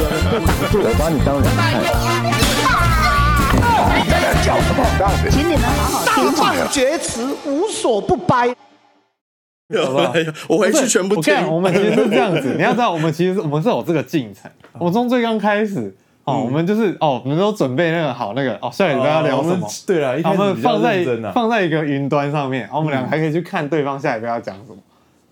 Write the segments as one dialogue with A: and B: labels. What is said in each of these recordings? A: 我把你当人看。
B: 请你们好好听话。
C: 厥词无所不掰。
D: 我回去全部
E: 我
D: 听。
E: 看我们其实是这样 子，你要知道，我们其实我们是有这个进程。
F: 哦
E: 我们从最刚开始，
F: 嗯
E: 哦，我们就是哦，我们都准备那个好那个哦，下礼拜要聊什
F: 啊我
E: 么
F: 们？对了，一
E: 好
F: 开
E: 我
F: 始
E: 们
F: 比较
E: 放在
F: 认真啊，嗯
E: 放在一个云端上面，然哦后我们俩还可以去看对方下礼拜要讲什么。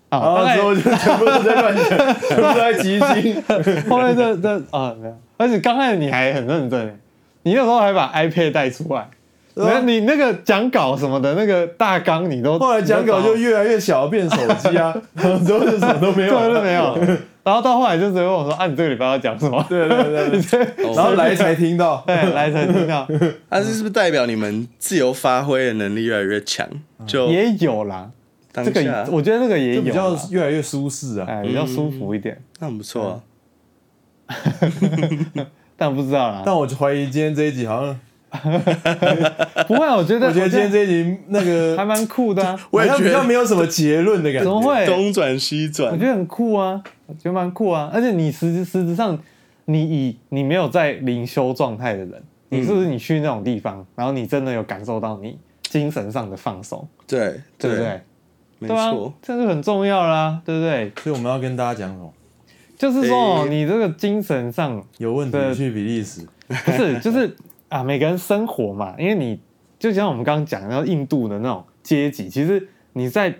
F: 然
E: 啊，
F: 后
E: 大概
F: 之后就全部都在乱讲， 全部都在即兴。
E: 后面这这啊，没有，而且刚开始你还很认真，欸你那时候还把 iPad 带出来，
F: 哦
E: 那你那个讲稿什么的那个大纲你都
F: 后来讲稿就越来越小，变手机啊， 然后之后就什么都没有，
E: 对都没有，然后到后来就直接问我说啊，你这个礼拜要讲什么？
F: 对对对对，哎然后来才听到，
E: 对， 来才听到
D: 但是是不是代表你们自由发挥的能力越来越强？就
E: 啊也有啦，
D: 当
E: 这
D: 下
E: 个，我觉得那个也
F: 就比
E: 有
F: 较
E: 啦，
F: 越来越舒嗯适啊。
E: 哎，比较舒服一点，
D: 那很不错啊。
E: 但不知道啦，
F: 但我就怀疑今天这一集好像，
E: 不会啊，我觉得
F: 我觉得今天这一集那
E: 还
F: 个
E: 蛮酷的啊，
D: 我
F: 好
D: 也
F: 像
D: 觉
F: 比较
D: 得
F: 没有什么结论的感
E: 怎么
F: 觉。
E: 会？
D: 东转西转
E: 我，觉得很酷啊，我觉得蛮酷啊。而且你实质实质上，你以你没有在灵修状态的人，你是不是你去那种地方，
F: 嗯
E: 然后你真的有感受到你精神上的放松，
D: 对
E: 对不对？
D: 没
E: 对啊
D: 错，，
E: 这就很重要啦，对不对？
F: 所以我们要跟大家讲什么？
E: 就是说，
D: 诶
E: 你这个精神上
F: 有问
E: 对
F: 题去比利时，
E: 不是，就是啊，每个人生活嘛，因为你就像我们刚刚讲到印度的那种阶级，其实你在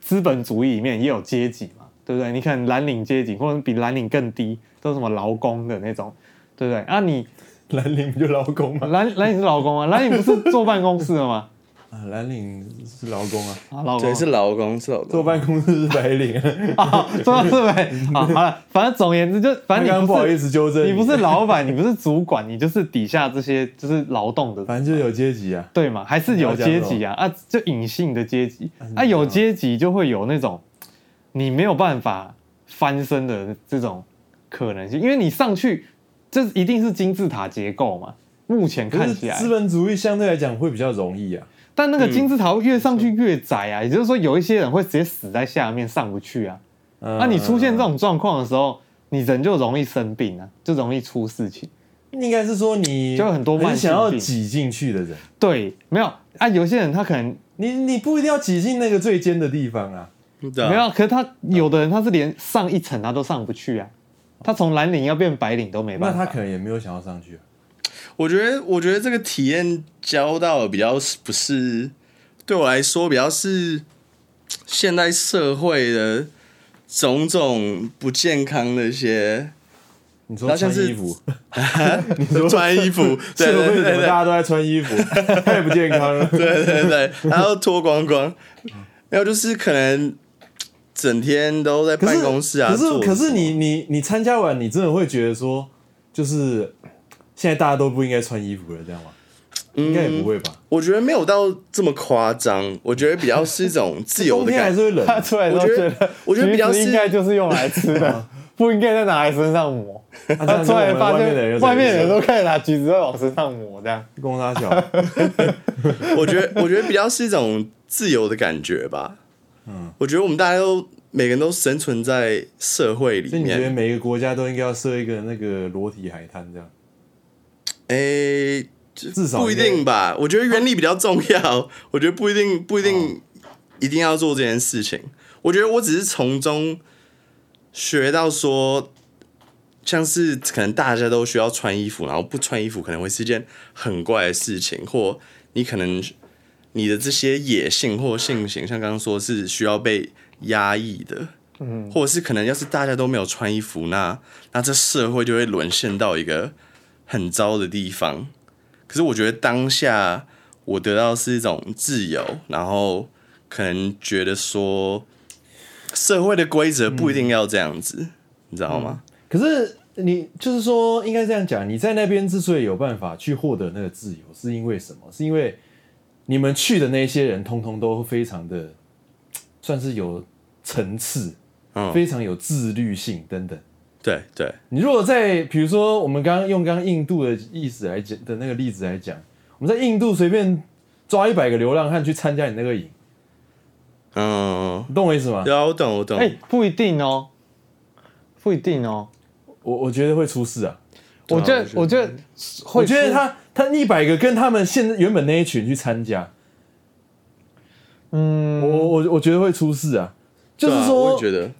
E: 资本主义里面也有阶级嘛，对不对？你看蓝领阶级，或者比蓝领更低，都是什么劳工的那种，对不对？啊你，
F: 兰陵不就劳工吗？
E: 蓝蓝领是劳工啊，蓝领不是坐办公室的吗？
F: 啊，兰陵是劳工啊，
E: 啊，劳工
D: 对是劳工，是劳
F: 坐
D: 工。
F: 办公室是白领。
E: 啊，坐办公室呗。 啊，好了，反正总而言之，就反
F: 刚
E: 正
F: 刚
E: 你
F: 不
E: 不
F: 好
E: 是
F: 意思纠正
E: 你不是，老板，你不是主管，你就是底下这些就是劳动的
F: 反正就是有阶级啊。
E: 对嘛，还是有阶级啊啊，就隐性的阶级啊，有阶级就会有那种你没有办法翻身的这种可能性，因为你上去这一定是金字塔结构嘛，目前
F: 可
E: 看
F: 是
E: 起来，
F: 资本主义相对来讲会比较容易啊，
E: 但那个金字塔越上去越窄啊，也就是说有一些人会直接死在下面上不去啊，
F: 那
E: 啊，你出现这种状况的时候，你人就容易生病啊，就容易出事情。
F: 应该是说你
E: 就很多慢性病
F: 很想要挤进去的人，
E: 对，没有啊，有些人他可能
F: 你你不一定要挤进那个最尖的地方啊。
D: 对啊
E: 没有啊，可是他有的人他是连上一层他都上不去啊，他从蓝领要变白领都没
F: 那
E: 办法。
F: 他可能也没有想要上去啊、
D: 我觉得，我觉得这个体验交到的比较是不是对我来说比较是现代社会的种种不健康的 一些
F: 你说
D: 那像
F: 穿
D: 是
F: 衣服，
D: 穿衣服，对
F: 社
D: 对
F: 会
D: 对
F: 怎么大
D: 对
F: 家都在穿衣服， 太不健康了。
D: 对对对，然后脱光光，然后就是可能整天都在
F: 可
D: 办
F: 是
D: 公室啊，
F: 可是
D: 坐着
F: 可是你你你参加完，你真的会觉得说，就是现在大家都不应该穿衣服了，这样吗？
E: 嗯
F: 应该也不会吧。
D: 我觉得没有到这么夸张，我觉得比较是一种自由
F: 冬
D: 的
F: 天还
D: 感
F: 是
D: 觉。
F: 会 冷，
E: 他出来都
D: 我觉
E: 觉
D: 得
E: 得，
D: 我觉得比较是
E: 应该就是用来吃 的，不应该再拿来身上抹。他出来发现外面的人
F: 都
E: 都开始拿橘子在往身上抹，这样
F: 公差 小，
D: 我觉得，我觉得比较是一种自由的感觉吧。嗯，我觉得我们大家都每个人都生存在社会
F: 所以
D: 里
F: 你觉得
D: 面。
F: 每个国家都应该要设一个那个裸体海滩这样？
D: 诶、这
F: 至少
D: 不一定吧？我
F: 哦
D: 觉得原理比较重 要。我觉得不一定，不一定
F: 哦
D: 一定要做这件事情。我觉得我只是从中学到说，像是可能大家都需要穿衣服，然后不穿衣服可能会是一件很怪的事情，或你可能你的这些野性或性情，像刚刚说是需要被压抑的，嗯，或者是可能要是大家都没有穿衣服，那那这社会就会沦陷到一个很糟的地方。可是我觉得当下我得到是一种自由，然后可能觉得说社会的规则不一定要这样子，你知道吗？
F: 可是你就是说，应该这样讲，你在那边之所以有办法去获得那个自由，是因为什么？是因为你们去的那些人，通通都非常的算是有层次，
D: 嗯
F: 非常有自律性等等。
D: 对对，
F: 你如果在比如说我们刚刚用刚刚印度的意思来讲的那个例子来讲，我们在印度随便抓一百个流浪汉去参加你那个营，
D: 嗯，
F: 你懂我意思吗？
D: 对啊，我
F: 哎
D: 懂我懂。
E: 哎，不一定哦，不一定哦。
F: 我我觉得会出事啊，
E: 我觉得，我觉得会，
F: 我觉得，他他一百个跟他们现在原本那一群去参加，
E: 嗯，
F: 我我我觉得会出事啊。就
D: 对
F: 是
D: 啊
F: 说，
D: 我也觉得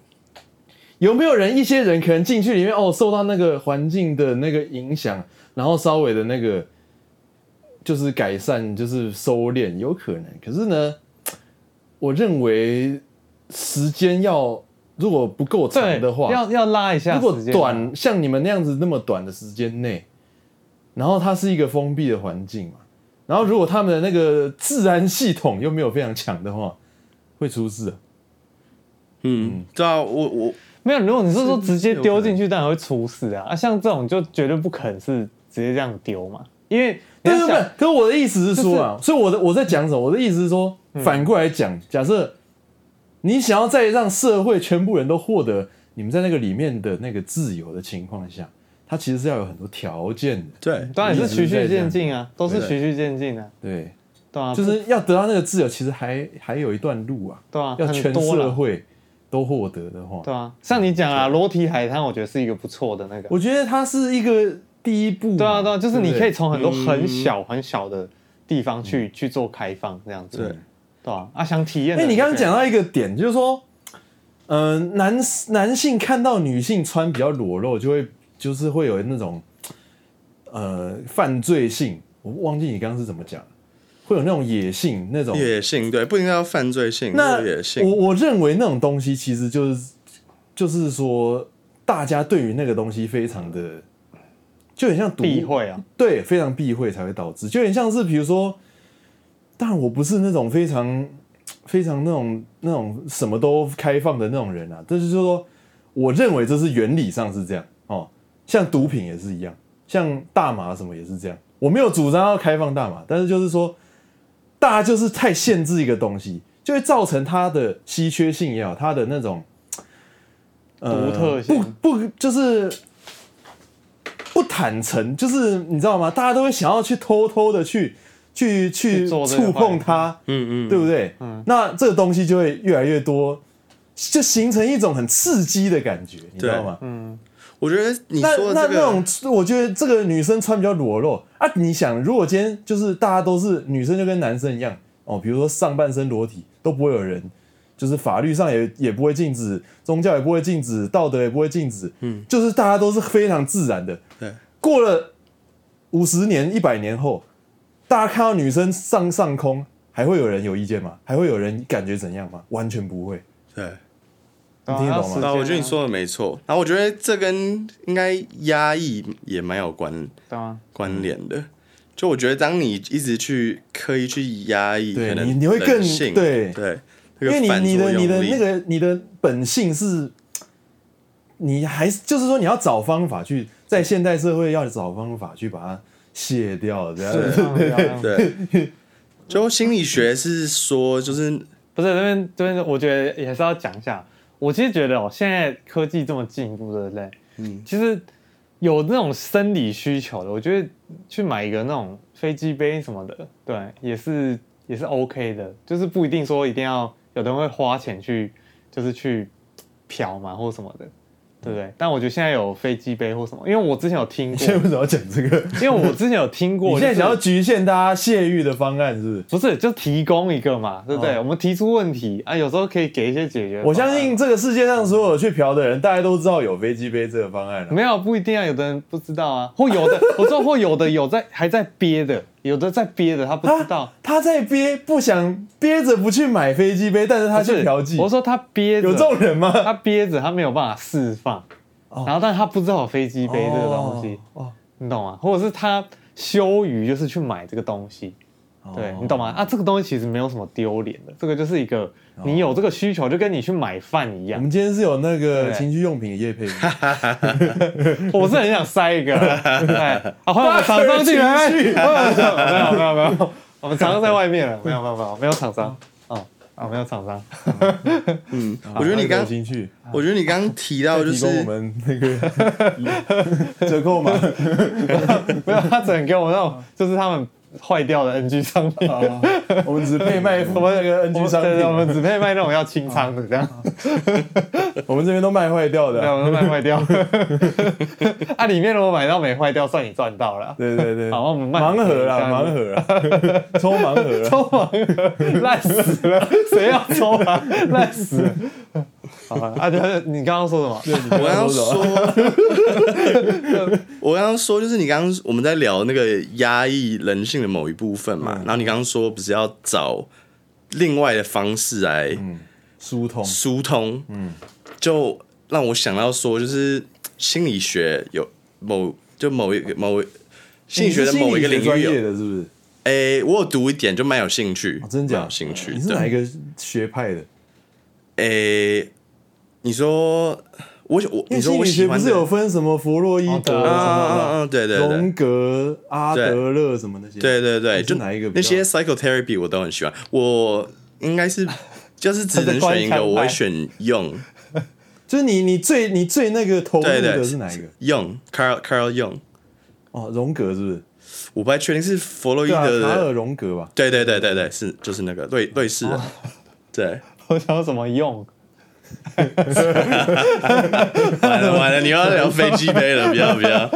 F: 有没有人一些人可能进去里面哦，受到那个环境的那个影响，然后稍微的那个就是改善，就是收敛，有可能。可是呢，我认为时间要如果不够
E: 对
F: 长的话，
E: 要要拉一下
F: 如
E: 时间啊。
F: 果短像你们那样子那么短的时间内，然后它是一个封闭的环境嘛，然后如果他们的那个治安系统又没有非常强的话，会出事、啊。
D: 嗯，对啊，我我
E: 没有，如果你是说直接丢进去，当然会出事啊。啊，像这种就绝对不可能是直接这样丢嘛，因为你
F: 对
E: 要
F: 对
E: 想
F: 对，可是我的意思是说啊，所以我的我在讲什么？我的意思是说，
E: 嗯
F: 反过来讲，假设你想要再让社会全部人都获得你们在那个里面的那个自由的情况下，它其实是要有很多条件的。
D: 对
E: 当然是循序渐
F: 一直在这
E: 进
F: 样
E: 啊，都是
D: 对
E: 循序渐进啊，
F: 对，
E: 对啊，
F: 就是要得到那个自由，其实还还有一段路啊。
E: 对啊
F: 要
E: 很
F: 全
E: 多啦
F: 社会都获得的话，
E: 对啊。像你讲啊，裸体海滩，我觉得是一个不错的那个。
F: 我觉得它是一个第一步嘛。
E: 对啊，对啊，就是你
F: 不
E: 可
F: 对嗯
E: 以从很多很小很小的地方去去做开放，这样子。
D: 对，
E: 对啊，啊，想体验的
F: 哎、
E: 人就可以。
F: 你刚刚讲到一个点，就是说，嗯、男男性看到女性穿比较裸露，就会就是会有那种呃犯罪性，我忘记你刚刚是怎么讲，会有那种野性那种。
D: 野性，对，不应该要犯罪性，
F: 那
D: 就是野
F: 我
D: 性，
F: 我认为那种东西其实就是就是说，大家对于那个东西非常的，就很像毒
E: 避讳啊，
F: 对，非常避讳才会导致，就有点像是比如说，当然我不是那种非常非常那种那种什么都开放的那种人啊，但是就是说，我认为这是原理上是这样哦，像毒品也是一样，像大麻什么也是这样，我没有主张要开放大麻，但是就是说，大家就是太限制一个东西，就会造成它的稀缺性也好，它的那种。呃
E: 独特性
F: 不不就是不坦诚，就是你知道吗？大家都会想要去偷偷的去去去
E: 去做这个
F: 触碰它，
D: 嗯嗯，
F: 对不对？那这个东西就会越来越多，就形成一种很刺激的感觉，你知道吗？
D: 我觉得你
F: 那
D: 说
F: 那
D: 的这
F: 那
D: 个
F: 种，我觉得这个女生穿比较裸露啊。你想，如果今天就是大家都是女生，就跟男生一样哦，比如说上半身裸体都不会有人，就是法律上也也不会禁止，宗教也不会禁止，道德也不会禁止，嗯，就是大家都是非常自然的。
D: 对，
F: 过了五十年、一百年后，大家看到女生上上空，还会有人有意见吗？还会有人感觉怎样吗？完全不会。
E: 对
D: 对。
E: 啊
F: 你听得
E: 要
F: 懂吗
E: 时间
D: 那
E: 啊
D: 我觉得你说的没错，然后我觉得这跟应该压抑也蛮有关
E: 对啊，
D: 关联的。就我觉得，当你一直去刻意去压抑，
F: 对
D: 可能
F: 你你会更
D: 人性
F: 对
D: 对，
F: 因为
D: 那个反
F: 你你
D: 作
F: 的
D: 用
F: 你的
D: 力
F: 那个你的本性是，你还是就是说你要找方法去在现代社会要找方法去把它卸掉，这样
E: 对
F: 子。
E: 啊对啊对啊
D: 对， 就心理学是说，就是
E: 不是这边这边，我觉得也是要讲一下。我其实觉得哦，现在科技这么进步，对不对？嗯，其实有那种生理需求的，我觉得去买一个那种飞机杯什么的，对，也是也是 OK 的，就是不一定说一定要有的人会花钱去，就是去嫖嘛或什么的，对不
F: 嗯
E: 对？但我觉得现在有飞机杯或什么，因为我之前有听
F: 你
E: 过
F: 现在，为什么要讲这个？
E: 因为我之前有听过，
F: 你现在
E: 就是
F: 想要局限大家泄欲的方案是不是？
E: 不是就提供一个嘛，对不对？
F: 哦
E: 我们提出问题啊，有时候可以给一些解决方案。
F: 我相信这个世界上所有去嫖的人，大家都知道有飞机杯这个方案了。
E: 没有，不一定啊，有的人不知道啊，或 有的，我说或有的有在还在憋的，有的在憋的，他不知道
F: 他。他在憋，不想憋着不去买飞机杯，但是 他
E: 不是
F: 去嫖妓，
E: 我说他憋着，
F: 有这种人吗？
E: 他憋着，他没有办法释放，然后但他不知道有飞机杯这个东西，
F: 哦，
E: 你懂吗？或者是他羞于就是去买这个东西，
F: 哦
E: 对你懂吗？啊，这个东西其实没有什么丢脸的，这个就是一个
F: 哦
E: 你有这个需求，就跟你去买饭一
F: 我
E: 样。
F: 们今天是有那个
E: 对
F: 情趣用品的业配。
E: 我是很想塞一个， 哎，啊，欢迎我们厂商进来，
F: 情绪
E: 哎没有没有没有没有，我们厂商在外面了，没有没有没有没有厂商，哦啊没有厂商，
D: 嗯，我觉得你刚，
F: 进去，
D: 我觉得你刚刚提到就
F: 提供我
D: 是
F: 们那个 折扣嘛，
E: 没有他只能给我那种就是他们坏掉的 NG 商品。
F: 我们只配卖哦我们那个
E: 我
F: NG
E: 们
F: 商
E: 对
F: 品，哦
E: 对我们只配卖那种要清仓的，这样，
F: 我们这边都卖坏掉的
E: 对，
F: 啊。
E: 我们都卖坏掉。 啊，里面如果买到没坏掉，算你赚到了。
F: 对对对，
E: 好我们卖
F: 盲盒啦，
E: 这样
F: 盲盒啊， 抽盲盒啊，
E: 抽盲盒烂死了，谁要抽啊？烂死了。好啊，啊，对，你刚刚说什么？
D: 我刚刚 说， 我刚刚说就是你刚刚我们在聊那个压抑人性的某一部分
F: 嗯
D: 嘛，然后你刚刚说不是要找另外的方式来
F: 疏通
D: 疏通，嗯，就让我想到说，就是心理学有某就某一个某一心理学的
F: 你是
D: 某一个领
F: 专
D: 域有啊
F: 业，的是不是？
D: 诶、我有读一点，就蛮有兴趣，
F: 哦真假
D: 蛮有兴趣。
F: 你是哪
D: 对
F: 一个学派的？
D: 诶、你说我我
F: 因
D: 你
F: 为
D: 说
F: 心
D: 我
F: 理
D: 喜
F: 学不
D: 欢
F: 是
D: 的
F: 有分什么弗洛伊德
E: 哦
D: 啊啊
F: 什
D: 啊
F: 么
D: 啊，对对
F: 的，
D: 对
F: 荣格、阿德勒什么那些？
D: 对对对，
F: 你是
D: 就
F: 哪一个比较？
D: 那些 psychotherapy 我都很喜欢，我应 该是就是只能选一
E: 他是官腔派
D: 个，我会选用
F: 就是你你最你最那个投入
D: 对对
F: 的是哪一个？
D: 用 Carl Carl 用，
F: 哦，荣格是不是？
D: 我不太确定是弗洛伊
F: 对啊，
D: 德
F: 卡尔哦
D: 的，
F: 荣格吧？
D: 对对对对对，是就是那个瑞瑞士的，对。
E: 我想有什么用？
D: 完了完了，你又要聊飞机杯了，不要不要。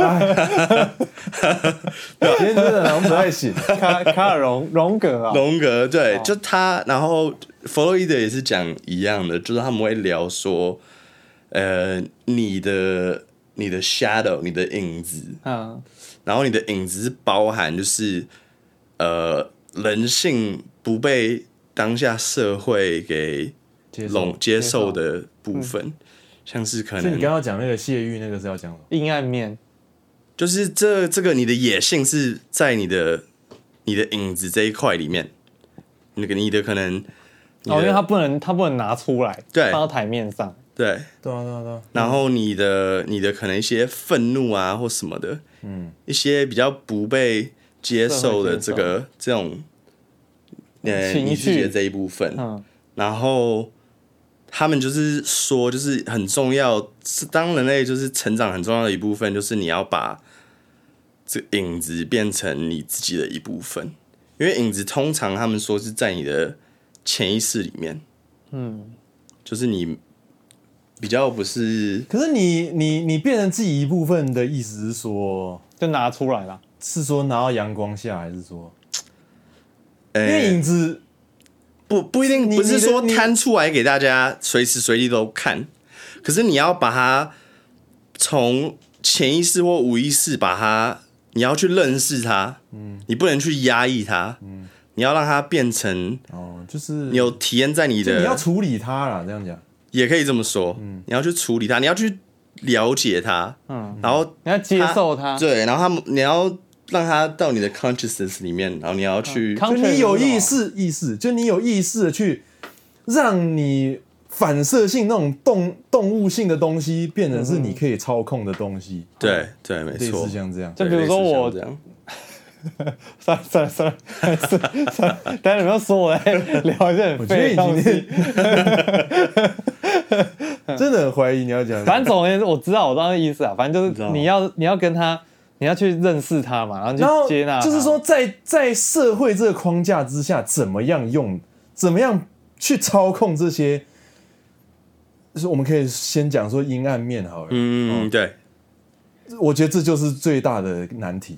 F: 今天真的好像不 太行。
E: 卡卡尔荣荣格啊，
D: 荣格对，
F: 哦
D: 就他，然后弗洛伊德也是讲一样的，就是他们会聊说，呃，你的你的 shadow，你的影子，
E: 嗯，
D: 然后你的影子是包含就是呃人性不被当下社会给
F: 龙
D: 拢，接受的部分，像是可
F: 嗯所以你刚
D: 能
F: 刚讲那个谢玉那个是要讲什么？
E: 阴暗面，
D: 就是这这个你的野性是在你的你的影子这一块里面，那个你的可能。你
E: 哦，因为
D: 的
E: 他不能，他不能拿出来，
D: 对
E: 放到台面上。
D: 对，
F: 对啊对啊对啊，
D: 然后你的你的可能一些愤怒啊或什么的，嗯，一些比较不被接受的这个这种，呃，
E: 情
D: 你自己的
E: 绪
D: 这一部分，
E: 嗯，
D: 然后他们就是说，就是很重要，是当人类就是成长很重要的一部分，就是你要把这个影子变成你自己的一部分，因为影子通常他们说是在你的潜意识里面，嗯，就是你比较不是
F: 可是你你你变成自己一部分的意思是说，
E: 就拿出来了。
F: 是说拿到阳光下，还是说
D: 呃
F: 因为影子
D: 不不一定，
F: 你
D: 不是
F: 你的
D: 说
F: 你
D: 摊出来给大家随时随地都看，可是你要把它从潜意识或无意识把它，你要去认识它，嗯，你不能去压抑它，嗯，你要让它变成
F: 哦，就是
D: 你有体验在你
F: 就你要
D: 的，
F: 处理它啦，这样讲。
D: 也可以这么说，嗯，你要去处理它，你要去了解它，嗯，然后
E: 你要接受它，
D: 对，然后它你要让它到你的 consciousness 里面，然后你要去，
E: conscious
F: 就你有意识，意识，就你有意识的去让你反射性那种动动物性的东西，变成是你可以操控的东西，
D: 对对，没
F: 类
D: 错
F: 似，像这样。
E: 就比如说
D: 对类似像
E: 我
D: 这样
E: 算了算了算了算了算了， 但 是你们说我在聊一些很
F: 我觉得
E: 废
F: 你
E: 的东
F: 今
E: 西。
F: 天真的很怀疑你要 讲，
E: 反正总而言之，我知道我当时意思啊，反正就是
D: 道
E: 你要你要跟他，你要去认识他嘛，然
F: 然
E: 后
F: 后
E: 去接纳他，
F: 就是说在在社会这个框架之下，怎么样用，怎么样去操控这些，就是我们可以先讲说阴暗面好了，哦
D: 嗯，对
F: 我觉得这就是最大的难题。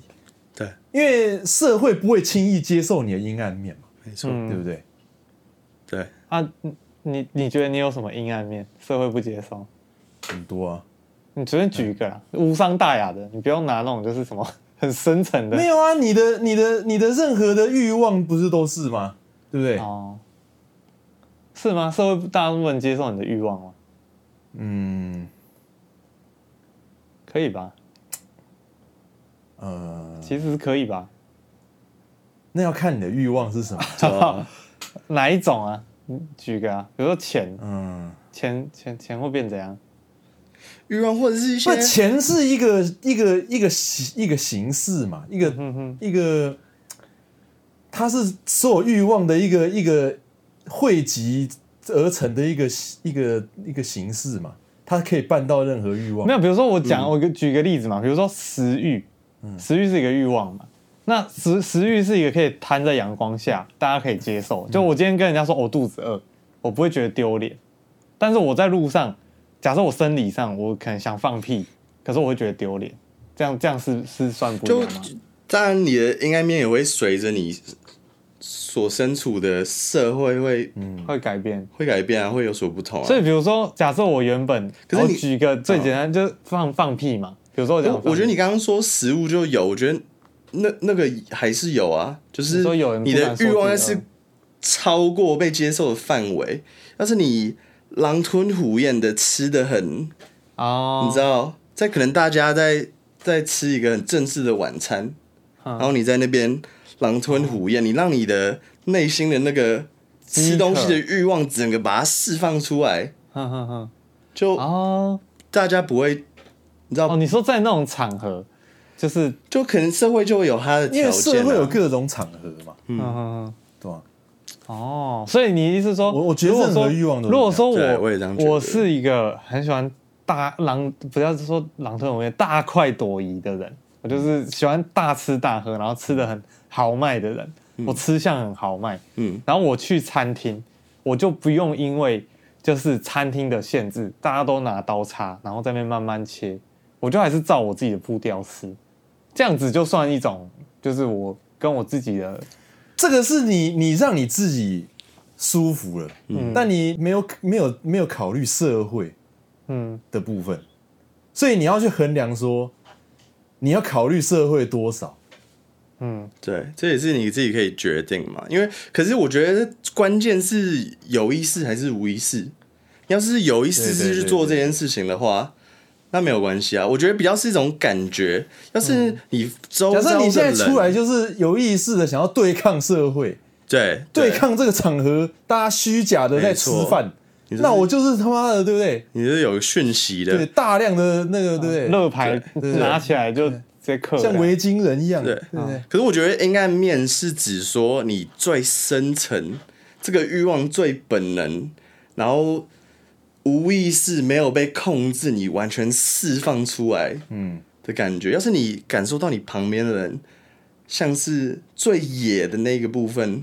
D: 对，
F: 因为社会不会轻易接受你的阴暗面嘛，
D: 没错，
F: 对不对？
D: 对。
E: 啊，你你你觉得你有什么阴暗面，社会不接受？
F: 很多啊，
E: 你随便举一个啦，无伤大雅的，你不用拿那种就是什么 很深层的。
F: 没有啊，你的、你的、你的任何的欲望不是都是吗？对不对？
E: 哦，是吗？社会大部分接受你的欲望吗？
F: 嗯，
E: 可以吧？
F: 呃，
E: 其实是可以吧？
F: 那要看你的欲望是啊什么。
E: 哪一种啊？你举一个啊，比如说钱，
F: 嗯，
E: 钱钱钱会变怎样？
D: 欲望或者是一些
F: 那钱是一个一个一个形一个形式嘛，一个、一个，它是所有欲望的一个一个汇集而成的一个一个一个形式嘛，它可以办到任何欲望
D: 嗯
E: 没。有，比如说我讲，我举个例子嘛，比如说食欲，食欲是一个欲望嘛，那食食欲是一个可以摊在阳光下，大家可以接
D: 嗯
E: 受。就我今天跟人家说我哦肚子饿，我不会觉得丢脸。但是我在路上，假设我生理上我可能想放屁，可是我会觉得丢脸。这样这样是是算不一样
D: 就
E: 吗？
D: 当然你的应该面也会随着你所身处的社会会、
E: 会改变。
D: 会改变啊，会有所不同啊。
E: 嗯所以比如说，假设我原本，
D: 可是
E: 我
D: 你嗯
E: 举一个最简单，就是放放屁嘛。比如说我讲
D: 我
E: 放屁，
D: 我觉得你刚刚说食物就有，我觉得那那个还是有啊，就是
E: 你说有人不
D: 你的
E: 敢说
D: 欲望要
E: 自己嗯
D: 是超过被接受的范围，要是你狼吞虎咽的吃的很，
E: 哦，
D: 你知道，在可能大家在在吃一个很正式的晚餐，
F: 啊
D: 然后你在那边狼吞虎咽，你让你的内心的那个
E: 饥
D: 吃
E: 渴
D: 东西的欲望整个把它释放出来，
E: 哼哼哼，
D: 就
F: 啊
E: 哦
D: 大家不会，你知道，
E: 哦，你说在那种场合，就是
D: 就可能社会就会有它的
F: 因为
D: 条
F: 社
D: 件、
F: 会有
D: 啊。
F: 各种场合嘛，
E: 嗯哼哼。
F: 对吧？
E: 哦，所以你意思说，
F: 我我觉得
E: 如果
F: 任何
E: 说
F: 欲望都是
E: 如果说
D: 这样对
E: 我
D: 我也这样觉得
E: 是一个很喜欢大狼，不要说狼吞虎咽，大快朵颐的人，我就是喜欢大吃大喝，然后吃的很豪迈的人，我吃相很豪迈，
D: 嗯，
E: 然后我去餐厅，我就不用因为就是餐厅的限制，大家都拿刀叉，然后在那边慢慢切，我就还是照我自己的步调吃，这样子就算一种，就是我跟我自己的
F: 这个是你你让你自己舒服了，但你没有没有没有考虑社会
E: 嗯
F: 的部分，所以你要去衡量说你要考虑社会多少。
E: 嗯
D: 对，这也是你自己可以决定嘛。因为，可是我觉得关键是有意识还是无意识。要是有意
F: 对
D: 识
F: 对
D: 是去
F: 对
D: 做这
F: 对
D: 件事情的话，那没有关系啊。我觉得比较是一种感觉。要是你周
F: 嗯假
D: 遭
F: 设
D: 的
F: 你现在
D: 人，
F: 出来就是有意识的想要对抗社会，
D: 对
F: 对，抗这个场合，大家虚假的在吃饭，
D: 没错
F: 那我就是他妈的，对不对？
D: 你是有讯息
F: 对，
D: 的，
F: 大量的那个，对不对？
E: 乐牌
F: 对对
E: 拿起来就直接刻
F: 像
E: 了
F: 维京人一样，
D: 对
F: 对不对？
D: 可是我觉得阴暗面是指说你最深层这个欲望最本能，然后无意识没有被控制，你完全释放出来，嗯的感觉。要是你感受到你旁边的人像是最野的那个部分，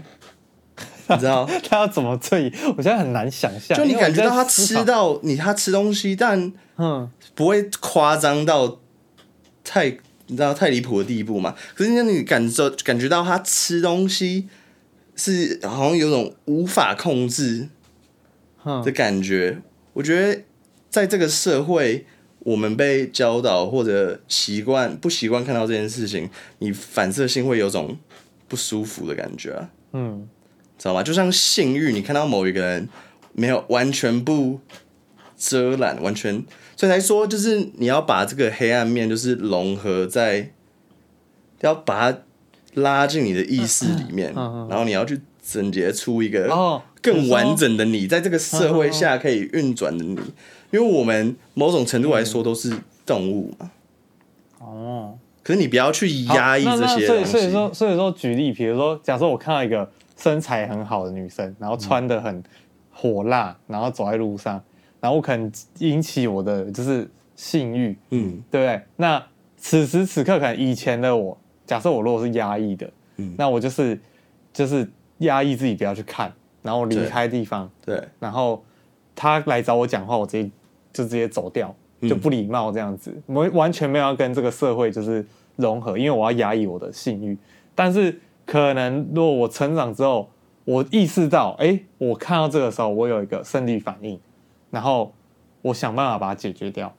D: 你知道，
E: 他要怎么最？我现在很难想象，
D: 就你
E: 因为
D: 感觉到
E: 我在
D: 他
E: 思
D: 吃
E: 考，
D: 到你他吃东西，但
E: 嗯，
D: 不会夸张到太你知道太离谱的地步嘛。可是让你感受感觉到他吃东西是好像有种无法控制
E: 嗯
D: 的感觉。我觉得在这个社会，我们被教导或者习惯不习惯看到这件事情，你反射性会有种不舒服的感觉、啊，
E: 嗯，
D: 知道吗？就像性欲，你看到某一个人没有完全不遮拦，完全，所以才说就是你要把这个黑暗面就是融合在，要把它拉进你的意识里面，
E: 嗯嗯
D: 然后你要去整结出一个
E: 哦
D: 更完整的你，在这个社会下可以运转的你，因为我们某种程度来说都是动物嘛，
E: 嗯哦，
D: 可是你不要去
E: 好
D: 压抑
E: 那
D: 这
E: 那所以
D: 些东
E: 所以
D: 西，
E: 说所以说举例，比如说，假设我看到一个身材很好的女生，
D: 嗯
E: 然后穿的很火辣，然后走在路上，然后我可能引起我的就是性欲，
D: 嗯，
E: 对不对？那此时此刻，可能以前的我，假设我如果是压抑的，
D: 嗯
E: 那我就是就是压抑自己不要去看，然后离开地方，
D: 对，
E: 然后他来找我讲话，我直接就直接走掉，
F: 嗯
E: 就不礼貌这样子，我完全没有要跟这个社会就是融合，因为我要压抑我的性欲。但是可能如果我成长之后，我意识到，哎，我看到这个时候，我有一个生理反应，然后我想办法把它解决掉，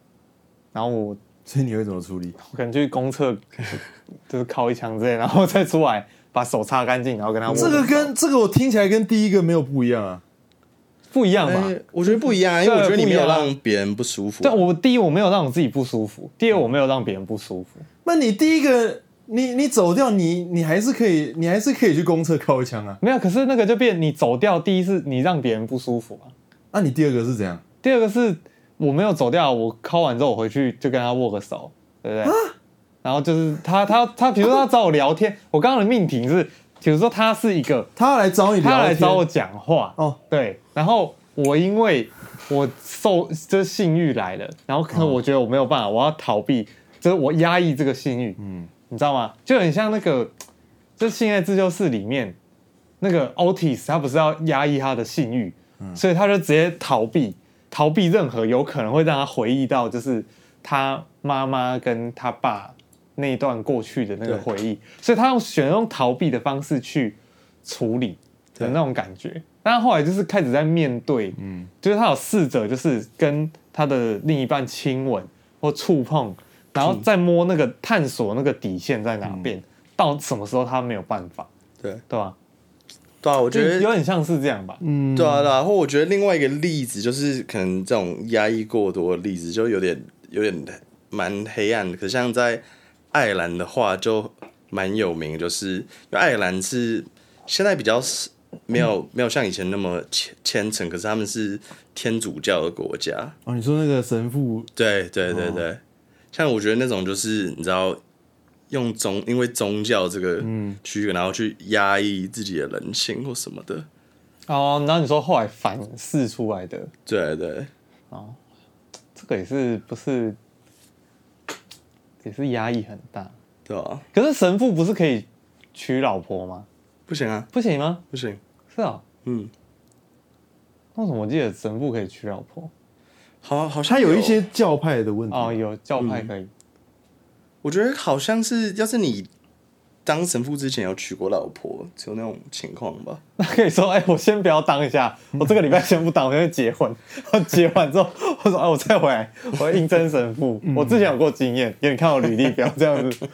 E: 然后我
F: 所以你会怎么处理？
E: 我可能去公厕，就是靠一枪之类，然后再出来把手擦干净，然后跟他握
F: 这个跟这个我听起来跟第一个没有不一样啊。
E: 不一样吧？
D: 哎我觉得不一样啊，因为
E: 对
D: 我觉得你没有
E: 不一样啊
D: 让别人不舒服啊，
E: 但我第一我没有让我自己不舒服，第二我没有让别人不舒服。
F: 那你第一个，你你走掉，你你还是可以，你还是可以去公厕靠一枪啊。
E: 没有，可是那个就变你走掉，第一是你让别人不舒服嘛，
F: 那、你第二个是怎样？
E: 第二个是我没有走掉，我敲完之后我回去就跟他握个手，对不对？然后就是他他他，比如说他找我聊天，我刚刚的命题是，比如说他是一个
F: 他要来找你聊天，
E: 他来找我讲话，
F: 哦
E: 对，然后我因为我受就是性欲来了，然后可能我觉得嗯我没有办法，我要逃避，就是我压抑这个性欲，嗯，你知道吗？就很像那个就性爱自救室里面，那个 Otis 他不是要压抑他的性欲，所以他就直接逃避，逃避任何有可能会让他回忆到就是他妈妈跟他爸那一段过去的那个回忆，所以他用选用逃避的方式去处理的那种感觉。但他后来就是开始在面对，嗯，就是他有试着就是跟他的另一半亲吻或触碰，然后再摸那个探索那个底线在哪边，到什么时候他没有办法，
D: 嗯对
E: 对吧？
D: 对啊，我
E: 就
D: 觉得
E: 有嗯点像是这样吧，
D: 对啊，对啊，或我觉得另外一个例子就是，可能这种压抑过多的例子，就有点有点蛮黑暗的。可像在爱尔兰的话，就蛮有名，就是因为爱尔兰是现在比较是没有没有像以前那么虔虔诚，可是他们是天主教的国家。
F: 哦，你说那个神父
D: 对对
F: 哦
D: 对对，像我觉得那种就是你知道。用宗因为宗教这个
F: 嗯
D: 区域，然后去压抑自己的人性或什么的，
E: 哦，然后你说后来反噬出来的，
D: 对对，
E: 这个也是不是也是压抑很大？
D: 对啊，
E: 可是神父不是可以娶老婆吗？
D: 不行啊，
E: 不行吗？
D: 不行，
E: 是啊、
D: 嗯，
E: 为什么我记得神父可以娶老婆？
D: 好，好像
F: 他有一些，教派的问题，
E: 哦，有教派可以，
D: 我觉得好像是，要是你当神父之前有娶过老婆，只有那种情况吧。
E: 那可以说，哎、我先不要当一下，我这个礼拜先不当，我先去结婚。 我结完之后，我说，哎、我再回来，我应征神 父。我之前有过经验，给你看我履历表，这样 子，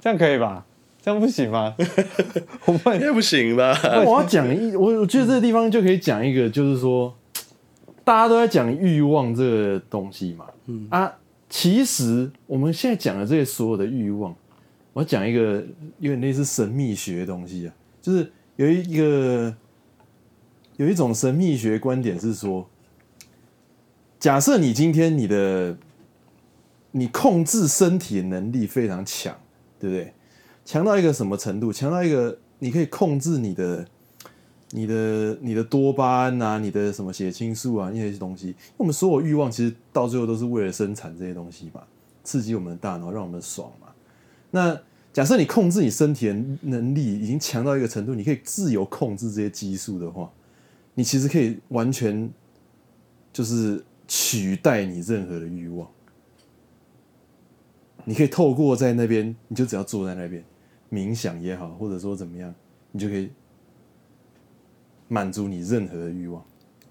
E: 这样可以吧？这样不行 吗？我
D: 应
E: 问，
D: 该不行吧？
F: 我要讲一，我我觉得这个地方就可以讲一个，就是说，大家都在讲欲望这个东西嘛，嗯啊，其实我们现在讲的这些所有的欲望，我要讲一个有点类似神秘学的东西啊，就是有一个有一种神秘学观点是说，假设你今天你的你控制身体的能力非常强，对不对？强到一个什么程度？强到一个你可以控制你的、你的、你的多巴胺啊，你的什么血清素啊，那些东西。我们所有欲望其实到最后都是为了生产这些东西嘛，刺激我们的大脑，让我们爽嘛。那假设你控制你身体的能力已经强到一个程度，你可以自由控制这些激素的话，你其实可以完全就是取代你任何的欲望。你可以透过在那边，你就只要坐在那边冥想也好，或者说怎么样，你就可以满足你任何的欲望。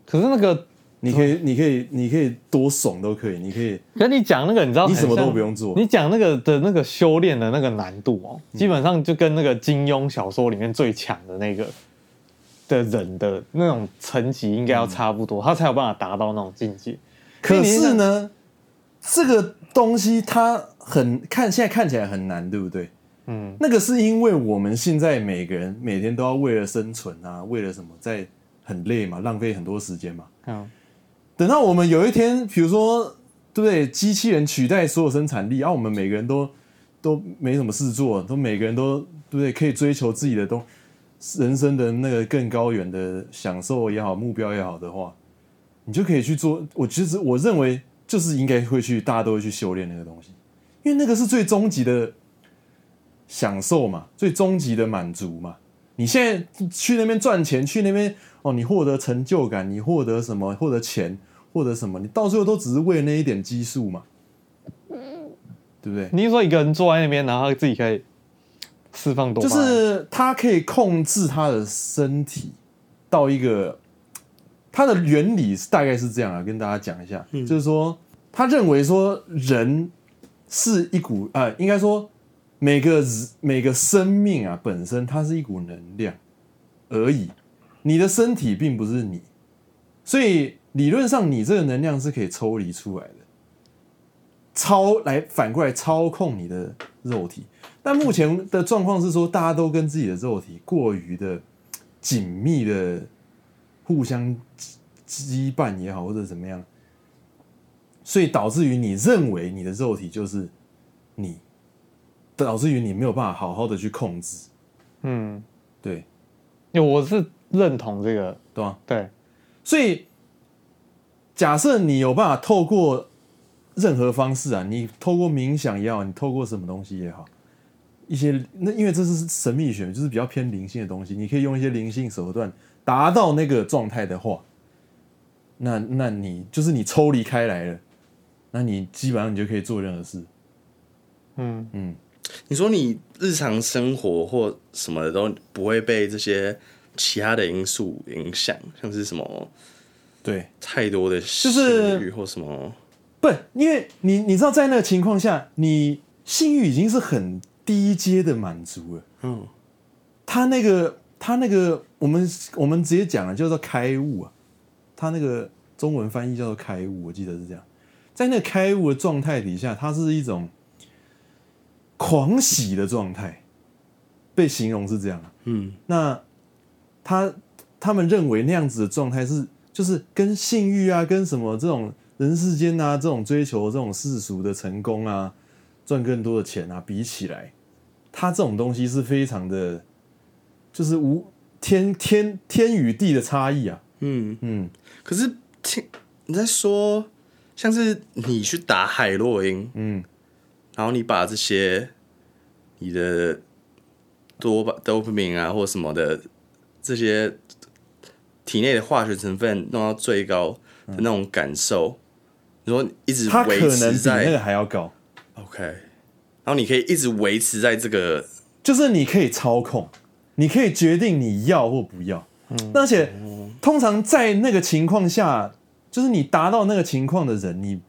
E: 可是那个，
F: 你可以，你可以，你可以多爽都可以，你可以
E: 可你讲那个，你知道
F: 你
E: 很
F: 什么都
E: 像
F: 不用做嗯
E: 你讲那个的那个修炼的那个难度哦，基本上就跟那个金庸小说里面最强的那个的人的那种层级应该
F: 嗯
E: 要差不多，他才有办法达到那种境界。
F: 可是呢，这个东西它很看现在看起来很难，对不对？
E: 嗯，
F: 那个是因为我们现在每个人每天都要为了生存啊，为了什么在很累嘛，浪费很多时间嘛。
E: 嗯，
F: 等到我们有一天，比如说，对不对？机器人取代所有生产力，然、后啊我们每个人都都没什么事做，都每个人都对不对？可以追求自己的东人生的那个更高远的享受也好，目标也好的话，你就可以去做。我其实我认为就是应该会去，大家都会去修炼那个东西，因为那个是最终极的享受嘛，最终极的满足嘛。你现在去那边赚钱，去那边哦，你获得成就感，你获得什么？获得钱，获得什么？你到最后都只是为了那一点激素嘛，对不对？
E: 你是说一个人坐在那边，然后自己可以释放多
F: 就
E: 巴胺
F: 是他可以控制他的身体到一个，它的原理是大概是这样啊，跟大家讲一下，
E: 嗯
F: 就是说他认为说人是一股呃，应该说每个每个生命啊本身它是一股能量而已，你的身体并不是你，所以理论上你这个能量是可以抽离出来的。操来反过来操控你的肉体。但目前的状况是说，大家都跟自己的肉体过于的紧密的互相羁绊也好，或者怎么样，所以导致于你认为你的肉体就是你，导致于你没有办法好好的去控制，
E: 嗯，
F: 对
E: 因为我是认同这个，
F: 对吧？
E: 对，
F: 所以，假设你有办法透过任何方式啊，你透过冥想也好，你透过什么东西也好，一些那因为这是神秘学，就是比较偏灵性的东西，你可以用一些灵性手段达到那个状态的话，那那你就是你抽离开来了，那你基本上你就可以做任何事。
E: 嗯，
D: 你说你日常生活或什么的都不会被这些其他的因素影响，像是什么
F: 对，
D: 太多的就是或什么，
F: 不，因为你你知道，在那个情况下，你性欲已经是很低阶的满足了。
D: 嗯，
F: 他那个他那个，我们我们直接讲了，叫做开悟啊。他那个中文翻译叫做开悟，我记得是这样。在那个开悟的状态底下，它是一种狂喜的状态，被形容是这样啊。
D: 嗯，
F: 那他他们认为那样子的状态是，就是跟性欲啊，跟什么这种人世间啊，这种追求这种世俗的成功啊，赚更多的钱啊比起来，他这种东西是非常的，就是无天天天与地的差异啊。
D: 嗯，
F: 嗯，
D: 可是听你在说，像是你去打海洛因，
F: 嗯，
D: 然后你把这些你的多巴多巴胺啊或什么的这些体内的化学成分弄到最高的那种感受，你说一直
F: 他可
D: 维
F: 能
D: 持
F: 比那
D: 在
F: 个还要高，
D: OK，然后你可以一直维持在这个
F: 就是你可以操控，你可以决定你要或不要。嗯，而且通常在那个情况下，就是你达到那个情况的人，你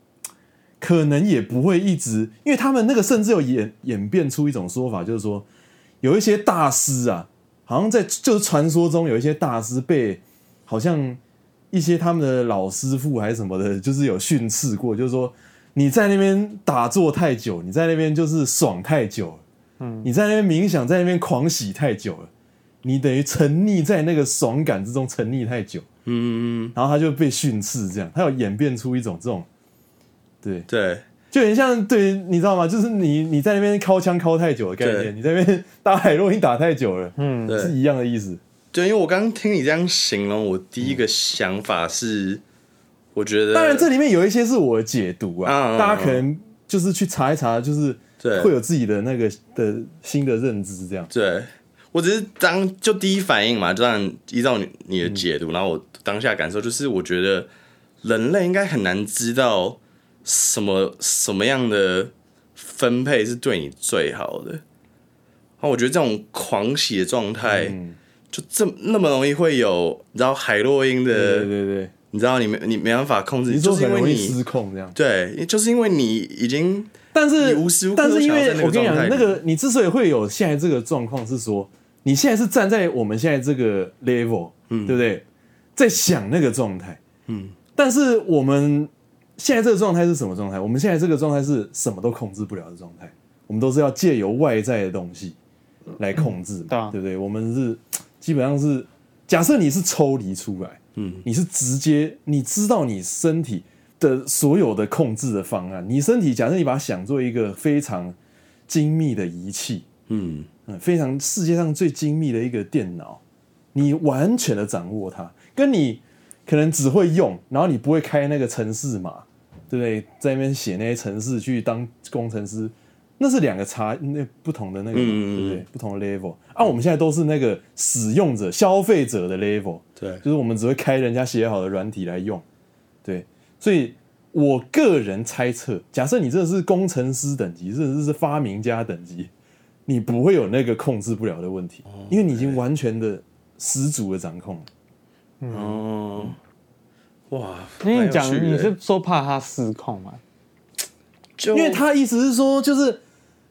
F: 可能也不会一直，因为他们那个甚至有演演变出一种说法，就是说有一些大师啊，好像在就是传说中有一些大师被好像一些他们的老师傅还是什么的，就是有训斥过，就是说你在那边打坐太久，你在那边就是爽太久了，嗯，你在那边冥想，在那边狂喜太久了，你等于沉溺在那个爽感之中，沉溺太久，
D: 嗯，
F: 然后他就被训斥，这样他有演变出一种这种，对，
D: 对，
F: 就很像对，你知道吗？就是你你在那边敲枪敲太久的概
D: 对
F: 念，你在那边打海洛因打太久了，
E: 嗯
D: 对
F: 是一样的意思。
D: 对，因为我刚刚听你这样形容，我第一个想法是，我觉得
F: 当然，这里面有一些是我的解读啊，
D: 嗯
F: 大家可能就是去查一查，就是
D: 对
F: 会有自己的那个的新的认知，这样。
D: 对我只是当就第一反应嘛，就让依照你你的解读，然后我当下感受就是，我觉得人类应该很难知道什么什么样的分配是对你最好的。然后我觉得这种狂喜的状态，
F: 嗯
D: 就这么那么容易会有，你知道海洛因的，
F: 对对对对，
D: 你知道你没你没办法控制，
F: 嗯你
D: 就
F: 说
D: 是
F: 很
D: 因为
F: 容易
D: 你
F: 失控这样，
D: 对，就是因为你已经
F: 但是
D: 你无时无刻
F: 但
D: 都
F: 是因
D: 想要
F: 为
D: 在那个
F: 我跟你
D: 状态
F: 讲，
D: 里
F: 那个你之所以会有现在这个状况，是说你现在是站在我们现在这个 level，嗯，对不对？在想那个状态，
D: 嗯，
F: 但是我们现在这个状态是什么状态？我们现在这个状态是什么都控制不了的状态，我们都是要借由外在的东西来控制
E: 对
F: 嘛
E: 啊，
F: 对不对？我们是基本上是，假设你是抽离出来，
D: 嗯，
F: 你是直接你知道你身体的所有的控制的方案，你身体假设你把它想做一个非常精密的仪器，
D: 嗯
F: 嗯，非常世界上最精密的一个电脑，你完全的掌握它，跟你可能只会用，然后你不会开那个程式码，对不对？在那边写那些程式去当工程师，那是两个差那不同的那个嘛，
D: 嗯嗯嗯
F: 对不对？不同的 level。啊，我们现在都是那个使用者、消费者的 level，
D: 对，
F: 就是我们只会开人家写好的软体来用，对，所以我个人猜测，假设你真的是工程师等级，甚至是发明家等级，你不会有那个控制不了的问题，因为你已经完全的十足的掌控了。
D: 哦，哇，
E: 因为
D: 蛮有
E: 你讲
D: 趣的
E: 你
F: 欸
E: 是说怕他失控嘛？
D: 就
F: 因为他意思是说，就是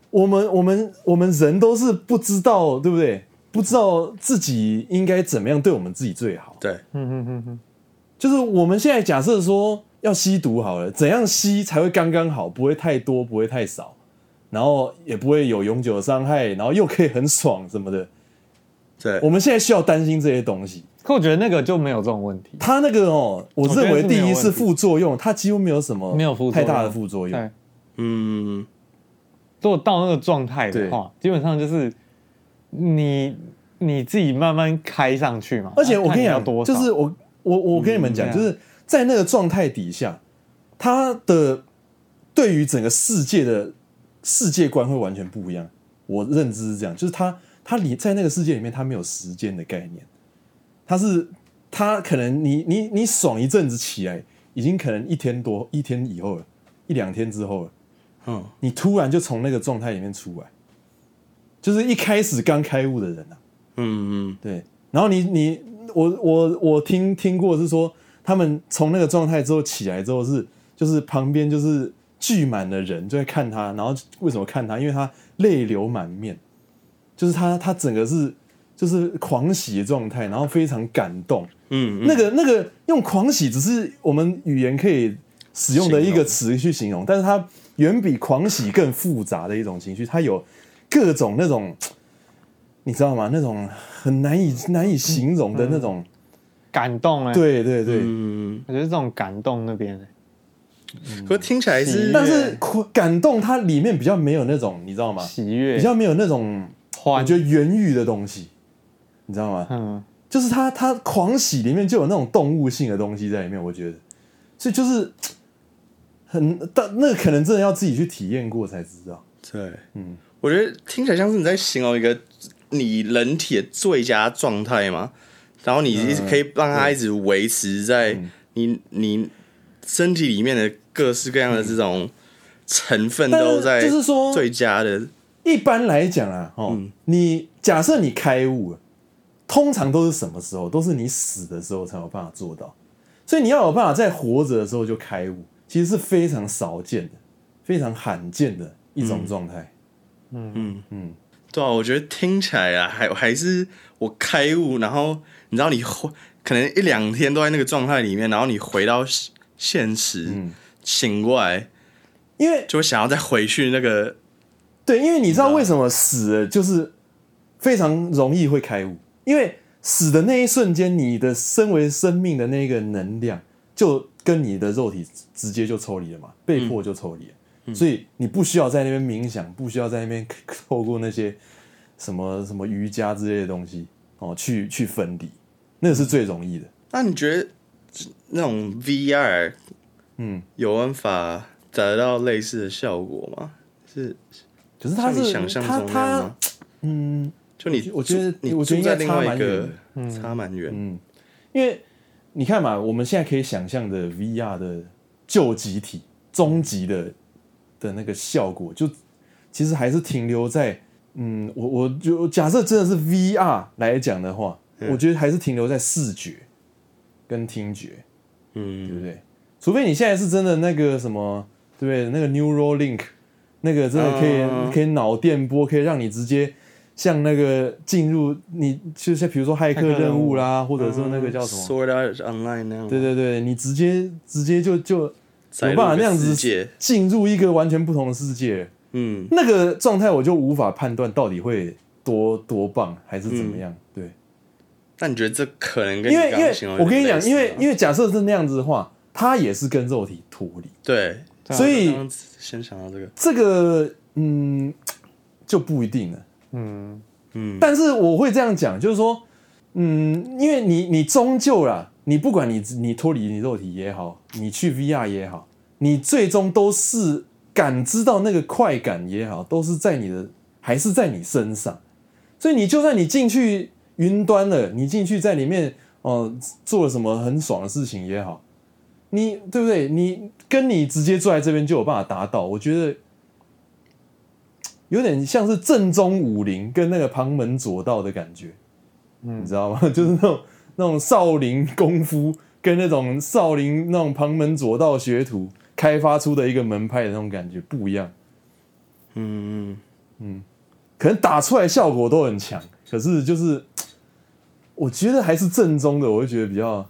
F: 我们我们我们人都是不知道，对不对？不知道自己应该怎么样对我们自己最好。
D: 对
E: 嗯嗯嗯嗯，
F: 就是我们现在假设说要吸毒好了，怎样吸才会刚刚好，不会太多，不会太少，然后也不会有永久的伤害，然后又可以很爽什么的。
D: 对，
F: 我们现在需要担心这些东西。
E: 可我觉得那个就没有这种问题。
F: 它那个哦，我
E: 我觉得
F: 认为
E: 是没有
F: 第一是
E: 问题
F: 副作用，它几乎没有什么
E: 没有副作
F: 太
E: 用
F: 大的副作用。
E: 对，
D: 嗯，
E: 如果到那个状态的话，基本上就是你你自己慢慢开上去嘛。
F: 而且我跟你
E: 看要
F: 讲，
E: 多少
F: 就是我我我跟你们讲，
E: 嗯
F: 就是在那个状态底下，他的对于整个世界的世界观会完全不一样。我认知是这样，就是他他里在那个世界里面，他没有时间的概念，他是他可能你你你爽一阵子起来，已经可能一天多一天以后了，一两天之后了，
D: 嗯，
F: 你突然就从那个状态里面出来，就是一开始刚开悟的人啊，
D: 嗯嗯，
F: 对，然后你你我我我听听过是说，他们从那个状态之后起来之后是，就是旁边就是聚满了人就在看他，然后为什么看他？因为他泪流满面，就是他他整个是就是狂喜的状态，然后非常感动。
D: 嗯，
F: 那个那个用狂喜只是我们语言可以使用的一个词去形容，但是它远比狂喜更复杂的一种情绪，它有各种那种，你知道吗？那种很难以难以形容的那种，
E: 感动哎、，
F: 对对对。
D: 嗯，
E: 我觉得这种感动那边、欸，
D: 可听起来是，
F: 但是狂感动它里面比较没有那种，你知道吗？
E: 喜悦
F: 比、较没有那种我
E: 欢
F: 觉，得言语的东西，你知道吗？
E: 嗯，
F: 就是他他狂喜里面就有那种动物性的东西在里面，我觉得，所以就是很，但那可能真的要自己去体验过才知道。
D: 对，
F: 嗯，
D: 我觉得听起来像是你在形容一个你人体的最佳状态嘛，然后你一直可以让它一直维持在你你身体里面的各式各样的这种成分
F: 但
D: 嗯都
F: 是
D: 在，
F: 就是说
D: 最佳的，
F: 一般来讲啊，哦，
D: 嗯
F: 你假设你开悟了，通常都是什么时候？都是你死的时候才有办法做到，所以你要有办法在活着的时候就开悟，其实是非常少见的、非常罕见的一种
D: 嗯
F: 状态。
D: 对啊，我觉得听起来啊，还还是我开悟，然后你知道你回可能一两天都在那个状态里面，然后你回到现现实，
F: 嗯
D: 醒过来
F: 因为
D: 就会想要再回去那个，
F: 对，因为你知道为什么死了就是非常容易会开悟，因为死的那一瞬间，你的身为生命的那个能量就跟你的肉体直接就抽离
D: 嗯
F: 了嘛，被迫就抽离了，所以你不需要在那边冥想，不需要在那边透过那些什么什么瑜伽之类的东西哦去去分离，那个是最容易的。
D: 那你觉得那种 VR
F: 嗯，
D: 有办法达到类似的效果吗？是
F: 可是它
D: 像你
F: 是
D: 想象
F: 它
D: 中那样
F: 它
D: 吗？
F: 嗯，
D: 就你
F: 我觉得
D: 你
F: 我觉得应
D: 住在
F: 该
D: 另
F: 差
D: 外
F: 蛮
D: 一
F: 远的
D: 个差蛮远，
F: 嗯，因为你看嘛，我们现在可以想象的 VR 的旧集体、终极的的那个效果，就其实还是停留在嗯，我我就假设真的是 VR 来讲的话，
D: 嗯
F: 我觉得还是停留在视觉跟听觉，对
D: 嗯，
F: 不对？除非你现在是真的那个什么，对不对？那个 Neuralink，那个真的可以、
D: 嗯
F: 可以脑电波，可以让你直接像那个进入你，就像比如说骇客任务啊啦，或者是那个叫什么？
D: Sword Art Online 那样，
F: 对对对，你直接直接就就
D: 载
F: 有办
D: 嗯入
F: 法
D: 一个
F: 那样
D: 世
F: 子
D: 界
F: 进入一个完全不同的世界，
D: 嗯，
F: 那个状态我就无法判断到底会多多棒还是怎么样。对，
D: 那你觉得这可能嗯跟你
F: 因为
D: 刚
F: 因
D: 刚形
F: 为
D: 容
F: 我跟你讲，因为因
D: 为
F: 为假设是那样子的话，它也是跟肉体脱离。
D: 对，
E: 对啊
F: 所以
D: 我刚刚先想到这个，
F: 这个嗯就不一定了。
E: 嗯，
D: 嗯，
F: 但是我会这样讲，就是说，嗯，因为你你终究啦，你不管你你脱离你肉体也好，你去 VR 也好，你最终都是感知到那个快感也好，都是在你的还是在你身上。所以你就算你进去云端了，你进去在里面哦、呃做了什么很爽的事情也好，你对不对？你跟你直接坐在这边就有办法达到，我觉得有点像是正宗武林跟那个旁门左道的感觉，
D: 嗯
F: 你知道吗？ 就是那种那种少林功夫跟那种少林那种旁门左道学徒开发出的一个门派的那种感觉不一样，
D: 嗯嗯
F: 可能打出来效果都很强，可是就是我觉得还是正宗的，我会觉得比较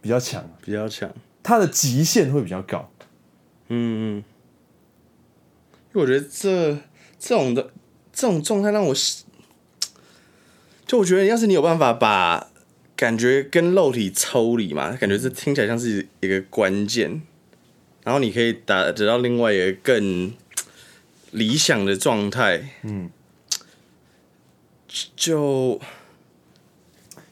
F: 比较强，啊
D: 比较强，
F: 它的极限会比较高。
D: 嗯，嗯，因为我觉得这这种的这种状态让我是，就我觉得要是你有办法把感觉跟肉体抽离嘛，感觉这听起来像是一个关键，然后你可以达得到另外一个更理想的状态，
F: 嗯，
D: 就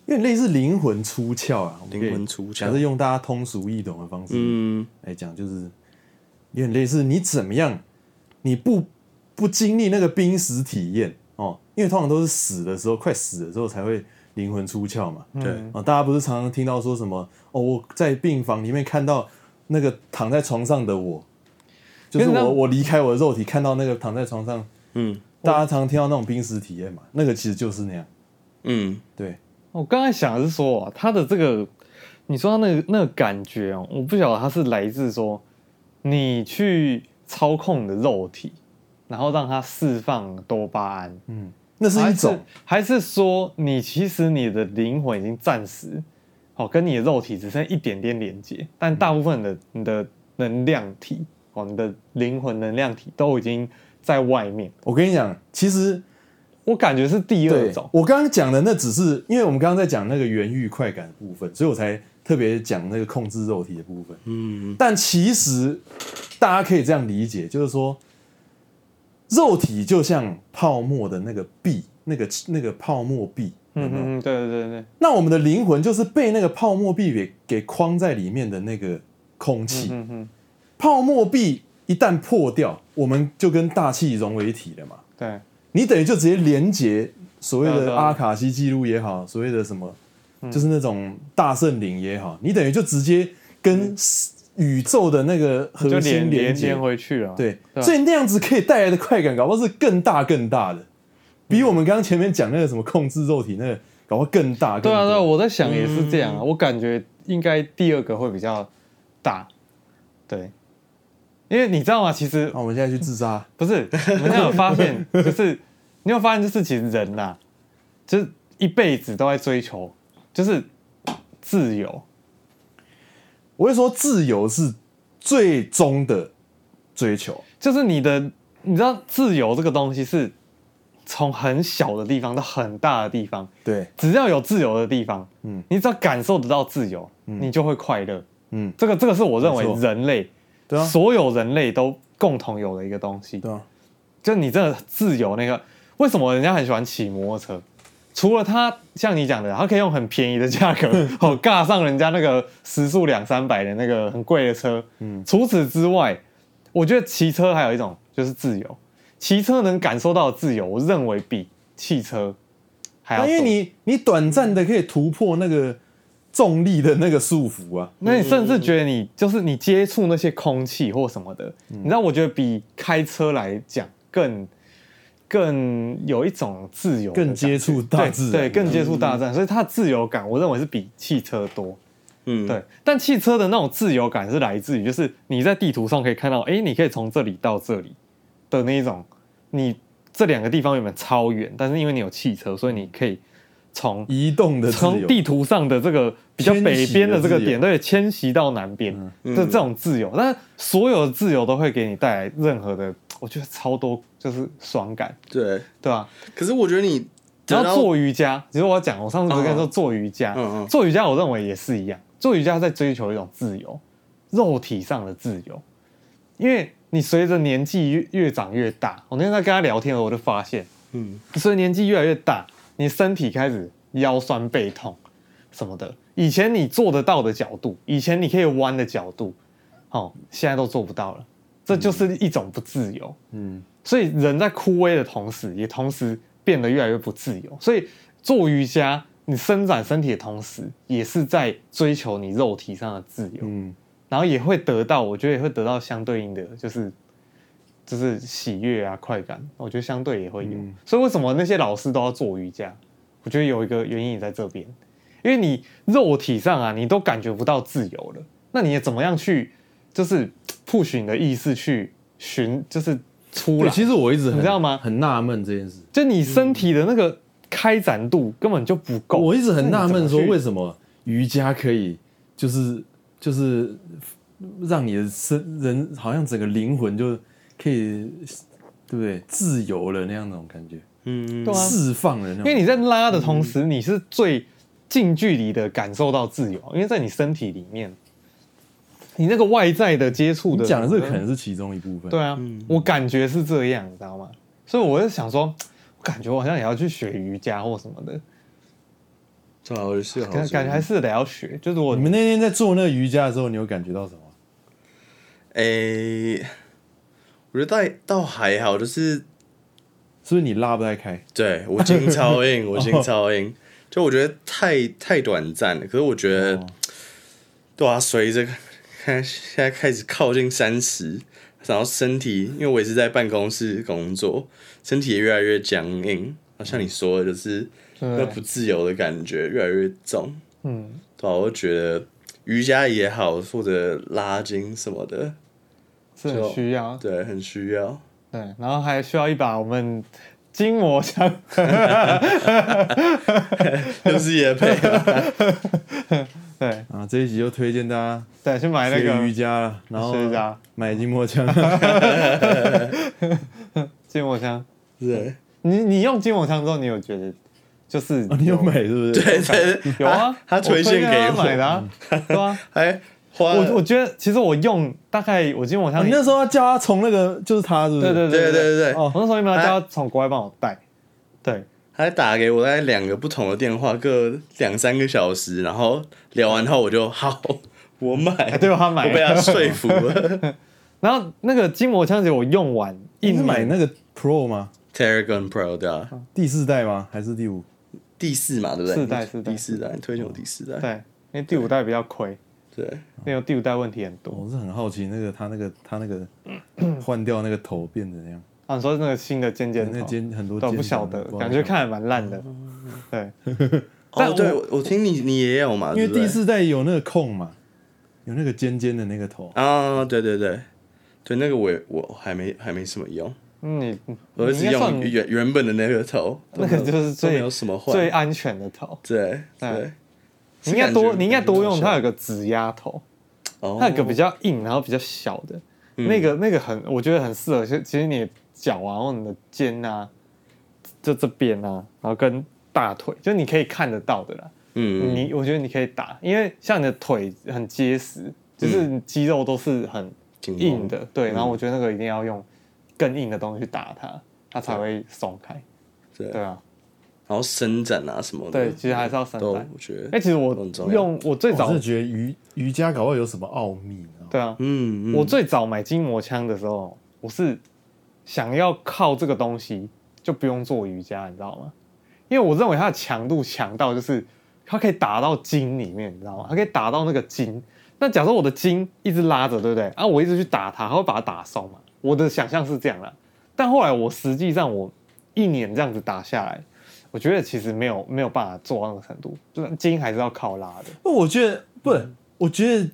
F: 有点类似灵魂出窍啊，我们可以
D: 灵魂出窍
F: 假设用大家通俗易懂的方式
D: 嗯
F: 来讲，就是有点类似你怎么样，你不不经历那个濒死体验哦，因为通常都是死的时候，快死的时候才会灵魂出窍嘛。
D: 对，
F: 啊，大家不是常常听到说什么哦，我在病房里面看到那个躺在床上的我，就是
E: 可是那
F: 我我离开我的肉体，看到那个躺在床上，
D: 嗯
F: 大家常听到那种濒死体验嘛，那个其实就是那样。
D: 嗯，
F: 对，
E: 我刚才想的是说啊，他的这个，你说他那个那个感觉哦，我不晓得他是来自说你去操控你的肉体，然后让它释放多巴胺，
F: 嗯，那是
E: 还
F: 一种，
E: 还是说你其实你的灵魂已经暂时哦跟你的肉体只剩一点点连接，但大部分的你的能量体哦，你的灵魂能量体都已经在外面。
F: 我跟你讲，其实
E: 我感觉是第二
F: 对
E: 种，，
F: 我刚刚讲的那只是因为我们刚刚在讲那个原欲快感的部分，所以我才特别讲那个控制肉体的部分。嗯，但其实大家可以这样理解，就是说，肉体就像泡沫的那个壁，那个那个泡沫壁。
E: 嗯嗯嗯，对对对对，
F: 那我们的灵魂就是被那个泡沫壁给给框在里面的那个空气。
E: 嗯嗯，
F: 泡沫壁一旦破掉，我们就跟大气融为一体了嘛。
E: 对，
F: 你等于就直接连接所谓
E: 对啊对
F: 的
E: 啊嗯
F: 阿卡西记录也好，所谓的什么，就是那种大圣灵也好，你等于就直接跟宇宙的那个
E: 嗯就
F: 核
E: 连
F: 心
E: 连
F: 接
E: 连。回去了嘛，
F: 对，
E: 对啊
F: 所以那样子可以带来的快感，搞不好是更大更大
E: 嗯
F: 的，比我们刚刚前面讲那个什么控制肉体那个，搞不好更大更
E: 对啊，对啊，
F: 多
E: 我在想也是这样
F: 嗯
E: 啊，我感觉应该第二个会比较大，对，因为你知道吗？其实
F: 那我们现在去自杀，
E: 不是，你们有发 现，就是你有发现，就是其实人呐、就是一辈子都在追求，就是自由，
F: 我会说自由是最终的追求，
E: 就是你的，你知道自由这个东西是从很小的地方到很大的地方，
F: 对，
E: 只要有自由的地方，
F: 嗯
E: 你只要感受得到自由，你就会快乐。
F: 嗯，
E: 这个这个是我认为
F: 没错
E: 人类
F: 对啊，
E: 所有人类都共同有的一个东西，
F: 对啊，
E: 就你真的自由那个，为什么人家很喜欢骑摩托车？除了他像你讲的，他可以用很便宜的价格
F: 嗯
E: 哦尬上人家那个时速两三百的那个很贵的车，嗯，除此之外，我觉得骑车还有一种就是自由，骑车能感受到的自由，我认为比汽车还要
F: 啊、
E: 多，
F: 因为你你短暂的可以突破那个重力的那个束缚啊，
E: 那你甚至觉得你就是你接触那些空气或什么的，
F: 嗯
E: 你知道，我觉得比开车来讲更更有一种自由的感觉，
F: 更接触大自然嗯
E: 对，对更接触大自然，所以它的自由感，我认为是比汽车多。
D: 嗯，
E: 对，但汽车的那种自由感是来自于，就是你在地图上可以看到，哎，你可以从这里到这里的那一种，你这两个地方原本超远，但是因为你有汽车，所以你可以从
F: 移动的自
E: 从
F: 由。
E: 地图上的这个比较北边的这个点，对，迁徙到南边
F: 嗯
E: 的这种自由，但是所有的自由都会给你带来任何的，我觉得超多就是爽感，
D: 对。
E: 对吧、
D: 可是我觉得你
E: 然
D: 得
E: 后
D: 到
E: 做瑜伽，其实我要讲，我上次不是跟你说
D: 嗯
E: 做瑜伽，
D: 嗯嗯
E: 做瑜伽我认为也是一样，做瑜伽在追求一种自由，肉体上的自由，因为你随着年纪越越长越大，我那天在跟他聊天，我就发现，
D: 嗯
E: 所以年纪越来越大，你身体开始腰酸背痛什么的。以前你做得到的角度，以前你可以弯的角度，哦，现在都做不到了。这就是一种不自由。
F: 嗯，
E: 所以人在枯萎的同时，也同时变得越来越不自由。所以做瑜伽，你伸展身体的同时，也是在追求你肉体上的自由，
F: 嗯，
E: 然后也会得到，我觉得也会得到相对应的，就是就是喜悦啊、快感。我觉得相对也会有。
F: 嗯
E: 所以为什么那些老师都要做瑜伽？我觉得有一个原因也在这边，因为你肉体上啊，你都感觉不到自由了，那你也怎么样去就是 push 你的意识去寻，就是出
F: 对，
E: 来？
F: 其实我一直很
E: 你知道吗
F: 很纳闷这件事，
E: 就你身体的那个开展度根本就不够。
F: 我一直很纳
E: 嗯那
F: 闷说
E: 你怎么去
F: 为什么瑜伽可以就是就是让你的身人好像整个灵魂就可以对不对自由了那样那种感觉，
D: 嗯
E: 对啊
F: 释放了那种，
E: 因为你在拉的同时，你是最近距离的感受到自由，因为在你身体里面，你那个外在的接触的，
F: 你讲的这个可能是其中一部分，
E: 对，啊，我感觉是这样，你知道吗？所以我就想说，我感觉我好像也要去学瑜伽或什么的，
F: 哦
D: 最好的是好
E: 感感觉还是得要学。就是我
F: 你们那天在做那个瑜伽的时候，你有感觉到什么？
D: 诶、我觉得倒倒还好，就是
F: 是不是你拉不太开？
D: 对我心超 硬，我心超硬，就我觉得太太短暂了。可是我觉得，
E: 哦
D: 对啊，随着 看现在开始靠近三十，然后身体，因为我也是在办公室工作，身体也越来越僵硬。好像你说的，就是那不自由的感觉越来越重。
E: 嗯，
D: 对啊，我就觉得瑜伽也好，或者拉筋什么的，
E: 是很需要。
D: 对，很需 要。
E: 对，然后还需要一把我们筋膜枪。
D: 又是也配、啊，
E: 对
F: 啊，这一集就推荐大家
E: 对，去买那
F: 学瑜
E: 个
F: 伽了，然后
E: 学瑜伽
F: 买筋膜枪，
E: 筋膜枪。
D: 对
E: 你你用筋膜枪之后，你有觉得就是
F: 哦你有买是不是？
D: 对对，对
E: 有啊？
D: 他他推荐给
E: 我推
D: 我
E: 他买的 啊，对啊。
D: 还花
E: 我我觉得其实我用大概我筋膜
F: 啊
E: 枪
F: 你
E: 也，
F: 那时候要叫他从那个就是他是不是？
E: 对对
D: 对对
E: 对
D: 对对，
E: 我那时候有没有叫他从国外帮我带？对，
D: 还打给我大概两个不同的电话，各两三个小时，然后聊完后我就好，我买，
E: 哎对他买
D: 我被他说 服了。
E: 然后那个筋膜枪其实我用完一
F: 你是
E: 年
F: 买那个 Pro 吗？
D: Terragon Pro 对啊，
F: 第四代吗？还是第五？
D: 第四嘛，对不对？
E: 四代四代哦
D: 第四代，你推荐我第四代，
E: 对，因为第五代比较亏，
D: 对，
E: 那个第五代问题很多。
F: 我是很好奇那个他那个他那 个换掉那个头变成那样，
E: 啊，你说那个新的尖尖头，
F: 那尖很多
E: 对，我
F: 尖头，哦
E: 不晓得
F: 不知，道
E: 感觉看还蛮烂的。对，但
D: 哦，对，我我听你你也有嘛，
F: 因为
D: 对不对
F: 第四代有那个空嘛，有那个尖尖的那个头，
D: 啊，对对对，对那个我也我还没还没什么用，
E: 嗯你
D: 我
E: 你哦
D: 就
E: 应
D: 是
E: 该
D: 用
E: 算
D: 原原本的那个头，
E: 那个就是
D: 都没
E: 最
D: 有什么换，
E: 最安全的头，
D: 对对
E: 哎，你应该多你应该多用它有
D: 个，
E: 个指压头，
D: 哦嗯
E: 它有个比较硬然后比较小的，那个那个很我觉得很适合，其实其实你的脚啊，然后你的肩啊，就这边啊，然后跟大腿，就你可以看得到的啦。
D: 嗯，
E: 你我觉得你可以打，因为像你的腿很结实，就是你肌肉都是很
D: 紧绷嗯
E: 硬的，对。然后我觉得那个一定要用更硬的东西去打它，它才会松开。
D: 对
E: 对啊，
D: 然后伸展啊什么的，
E: 对，其实还是要伸
D: 都
E: 展。
D: 我觉
E: 哎，
D: 得，
E: 其实我
D: 都很重要
E: 用我最
F: 我
E: 早
F: 真的觉得瑜瑜伽搞不好有什么奥秘，你知道吗
E: 对啊，
D: 嗯，嗯
E: 我最早买筋膜枪的时候，我是想要靠这个东西就不用做瑜伽，你知道吗？因为我认为它的强度强到就是它可以打到筋里面，你知道吗？它可以打到那个筋。那假设我的筋一直拉着，对不对？啊，我一直去打它，它会把它打松嘛？我的想象是这样啦。但后来我实际上我一年这样子打下来，我觉得其实没有没有办法做到那个程度，就是筋还是要靠拉的。
F: 不，我觉得不，
E: 嗯
F: 我觉得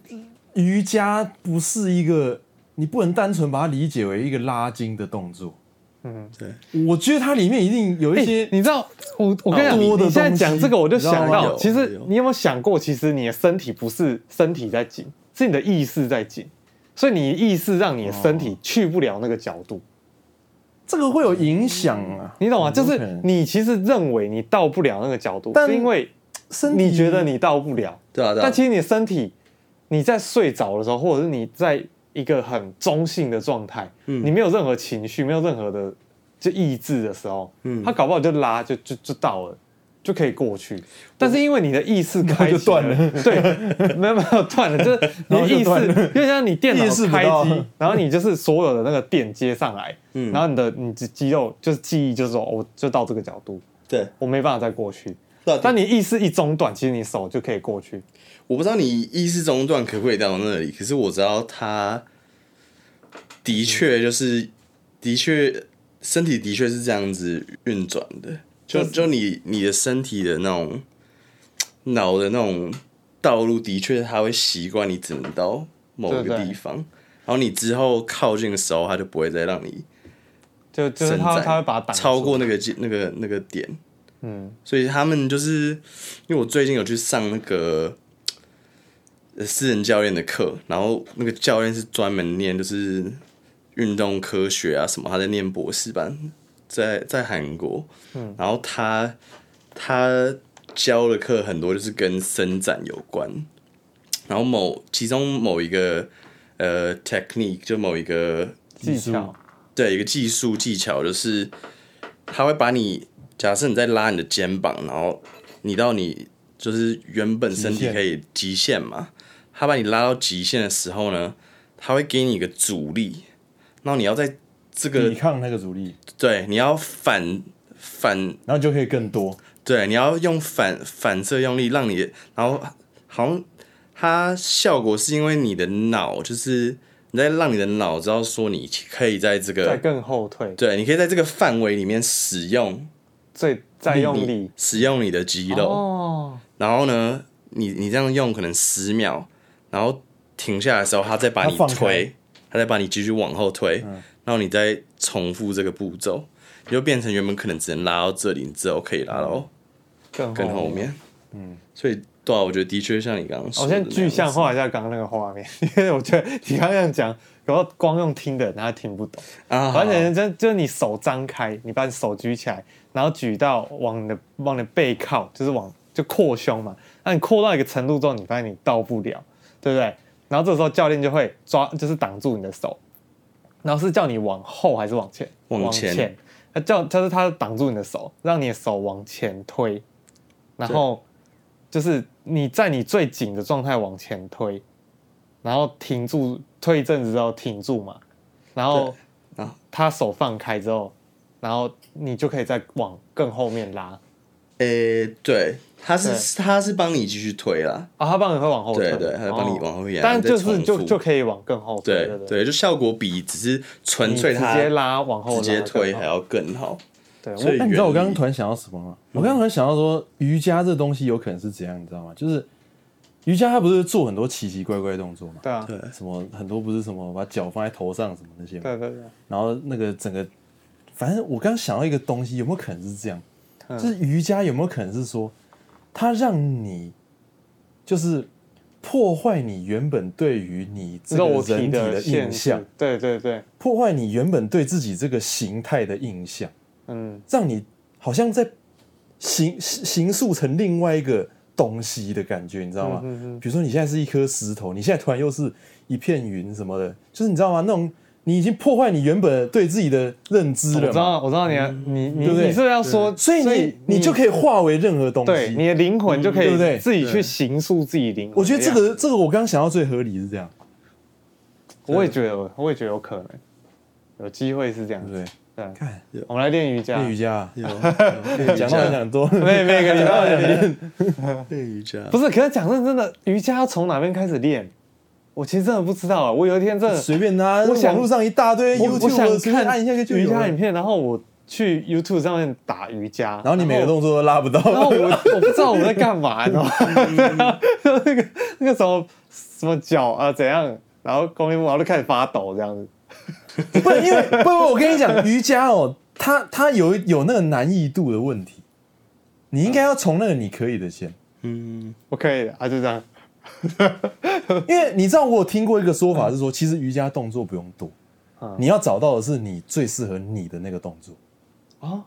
F: 瑜伽不是一个，你不能单纯把它理解为一个拉筋的动作。
E: 嗯，
D: 对。
F: 我觉得它里面一定有一
E: 哎，
F: 些，
E: 你知道我我跟你讲，
F: 多的
E: 你现在
F: 东西
E: 讲这个，我就想
D: 你知道吗
E: 到，
D: 有
E: 其实
D: 有
E: 你有没有想过，其实你的身体不是身体在紧，是你的意识在紧，所以你的意识让你的身体去不了那个角度，
F: 这个会有影响啊。
E: 你懂吗？就
F: 有可
E: 是
F: 能
E: 你其实认为你到不了那个角度，
F: 但
E: 是因为
F: 身体
E: 你觉得你到不了，
D: 对啊对啊，
E: 但其实你的身体，你在睡着的时候，或者是你在一个很中性的状态，
F: 嗯
E: 你没有任何情绪，没有任何的就意志的时候，
D: 嗯
E: 它搞不好就拉就就就到了。就可以过去，但是因为你的意识开
F: 就
E: 启
F: 断了，
E: 对，没有没有断了，就是你的
F: 然后就
E: 意
F: 断
E: 识，就像你电脑
F: 意识不
E: 开
F: 到嗯
E: 机，然后你就是所有的那个电接上来，然后你的你的肌肉就是记忆，就是说，哦我就到这个角度，
D: 对，
E: 我没办法再过去。
D: 对啊
E: 但你意识一中断，其实你手就可以过去。
D: 我不知道你意识中断可不可以到那里，可是我知道他
E: 嗯
D: 的确就是的确身体的确是这样子运转的，就就你你的身体的那种脑的那种道路，的确它会习惯你只能到某
E: 对
D: 个
E: 对
D: 地方，然后你之后靠近的时候，它就不会再让你
E: 就就是
D: 伸
E: 他
D: 展，
E: 他会把它挡住
D: 超过那个界那个那个点，
E: 嗯，
D: 所以他们就是因为我最近有去上那个呃私人教练的课，然后那个教练是专门念就是运动科学啊什么，他在念博士班，在在韩国，嗯，然后他他教的课很多就是跟伸展有关，然后某其中某一个呃 technique 就某一个
E: 技巧，
D: 对，一个技术技巧就是，它会把你，假设你在拉你的肩膀，然后你到你就是原本身
F: 极
D: 体
F: 限
D: 可以极限嘛，它把你拉到极限的时候呢，它会给你一个阻力，然后你要在这个
F: 抵抗那个阻力，
D: 对，你要反反
F: 然后就可以更多。
D: 对，你要用反反作用力让你，然后好像它效果是因为你的脑，就是你在让你的脑知道说你可以在这
E: 再
D: 个
E: 更后退，
D: 对，你可以在这个范围里面使用
E: 最再用
D: 你
E: 力
D: 使用你的肌肉，
E: 哦，
D: 然后呢，你你这样用可能十秒，然后停下来的时候，它再把
F: 它
D: 你
F: 放
D: 推
F: 开，
D: 它再把你继续往后推，然后你再重复这个步骤，你就变成原本可能只能拉到这里，你之后可以拉到。
E: 更
D: 更后
E: 后
D: 面。。嗯，所以对啊，我觉得的确像你刚刚说
E: 我
D: 的那样
E: 先
D: 子，
E: 具象化一下刚刚那个画面，因为我觉得你刚刚那样讲，然后光用听的，他听不懂。
D: 啊，
E: 反
D: 好
E: 正就就是你手张开，你把你手举起来，然后举到往你的往你的背靠，就是往就扩胸嘛。那你扩到一个程度之后，你发现你到不了，对不对？然后这时候教练就会抓，就是挡住你的手，然后是叫你往后还是往前？
D: 往前
E: 前，他叫就是他挡住你的手，让你的手往前推，然后就是你在你最紧的状态往前推，然后停住，推一阵子之后停住嘛，然后
D: 然后
E: 他手放开之后，然后你就可以再往更后面拉啊
D: 诶、对，他是
E: 对
D: 他是帮你继续推啦，，
E: 哦他帮你会往后退，
D: 对对他帮你往后
E: 哦
D: 延
E: 但就是
D: 再重
E: 就
D: 复
E: 就可以往更后退，
D: 对
E: 对
D: 对，就效果比只是纯
E: 你
D: 粹
E: 直
D: 他
E: 接拉往后拉
D: 直接推
E: 更好
D: 还要更好。
E: 对，
D: 所
E: 我
D: 以
F: 哎你知道我
D: 原
F: 刚
D: 理
F: 刚突然想到什么吗？我刚刚突然想到说，瑜伽这东西有可能是怎样，你知道吗？就是瑜伽它不是做很多奇奇怪怪的动作嘛？
E: 对啊，
D: 对
F: 什么很多不是什么把脚放在头上什么那些嘛，
E: 对对对，
F: 然后那个整个，反正我刚想到一个东西，有没有可能是这样？
E: 嗯
F: 就是瑜伽有没有可能是说，它让你就是破坏你原本对于你这个
E: 肉
F: 人体
E: 的
F: 的
E: 限
F: 印象
E: 制，，对对对，
F: 破坏你原本对自己这个形态的印象，
E: 嗯，
F: 让你好像在形形塑成另外一个东西的感觉，你知道吗？
E: 嗯嗯嗯
F: 比如说你现在是一颗石头，你现在突然又是一片云什么的，就是你知道吗？那种你已经破坏你原本对自己的认知
E: 我
F: 了
E: 知
F: 嘛，
E: 道我知道你的你你
F: 对不对
E: 你是不是要说，
F: 所以你你就可以化为任何东
E: 对你
F: 西。
E: 的灵魂就可
F: 嗯对不
E: 以
F: 对
E: 自己去形塑自己灵魂
F: 我
E: 的
F: 觉
E: 样
F: 得
E: 子。
F: 这个这个我刚刚想到最合理是这样，
E: 我也觉得，我也觉得有可能，有机会是这样
F: 对不
E: 子。对，
F: 对？
E: 啊
F: 看
E: 我们来练瑜伽，
F: 练瑜伽啊，
D: 有
F: 讲到很想多，
E: 每每 个礼拜要练。
D: 练瑜伽，
E: 不是，可是讲认真的，瑜伽要从哪边开始练？我其实真的不知道啊。我有一天真的，
F: 随便拿
E: 我想
F: 网络上一大堆
E: 我我
F: 哎 YouTube，
E: 想
F: 随便
E: 看
F: 按一下就
E: 瑜
F: 有
E: 伽
F: 了
E: 影片，然后我去 YouTube 上面打瑜伽，
F: 然后你每个动作都拉不到，
E: 然后我我不知道我在干嘛，你知道吗？
F: 嗯
E: 那个那个什么什么脚啊怎样，然后公斤木，然后就开始发抖这样子。
F: 不，因为不不，我跟你讲，瑜伽哦，它它有有那个难易度的问题，你应该要从那个你可以的先，
D: 嗯，
E: 我可以的啊，就这样。
F: 因为你知道我有听过一个说法是说，其实瑜伽动作不用多
E: 嗯，
F: 你要找到的是你最适合你的那个动作。
E: 哦，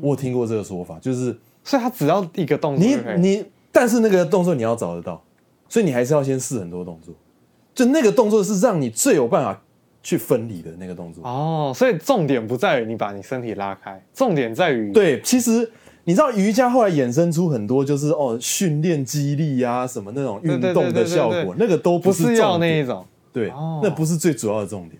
F: 我有听过这个说法，就是
E: 所以他只要一个动作
F: 你
E: 就可以，
F: 你，但是那个动作你要找得到，所以你还是要先试很多动作，就那个动作是让你最有办法去分离的那个动作。
E: 哦，所以重点不在于你把你身体拉开，重点在于
F: 对，其实你知道瑜伽后来衍生出很多就是哦训练肌力啊什么那种运
E: 对对
F: 动
E: 对对
F: 的效
E: 对
F: 果，那个都
E: 不
F: 是
E: 是
F: 重
E: 要
F: 点
E: 那一种，
F: 对
E: 哦，
F: 那不是最主要的重点。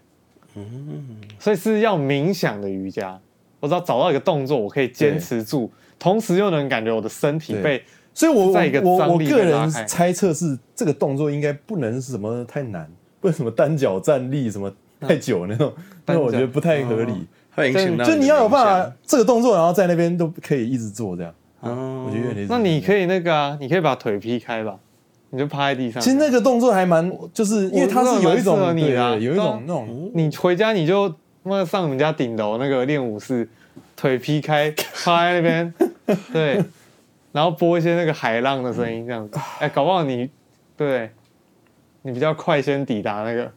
E: 所以是要冥想的瑜伽。我只要找到一个动作，我可以坚持住，同时又能感觉我的身体
F: 对
E: 被
F: 所以我
E: 在一个
F: 我
E: 张
F: 我我
E: 力
F: 个
E: 被拉
F: 人
E: 开
F: 猜测是这个动作应该不能是什么太难，不能什么单脚站立什么太久那种，
E: 嗯单
F: 那我
E: 脚哦
F: 觉得不太合理。
D: 它影响到
F: 就
D: 你
F: 你
D: 的
F: 要有
D: 冥
F: 办
D: 想
F: 法这个动作，然后在那边都可以一直做这样，
D: 哦，
F: 我觉得有点。
E: 那你可以那个啊，你可以把腿劈开吧，你就趴在地上。
F: 其实那个动作还蛮，就是因为它是有
E: 我
F: 一
E: 知道
F: 种
E: 蛮适合你的啊
F: 对对有一
E: 对啊
F: 种那种
E: 你回家你就妈上我们家顶楼那个练舞室，腿劈开趴在那 边，对，然后播一些那个海浪的声音这 样子。哎，搞不好你对，你比较快先抵达那个。哦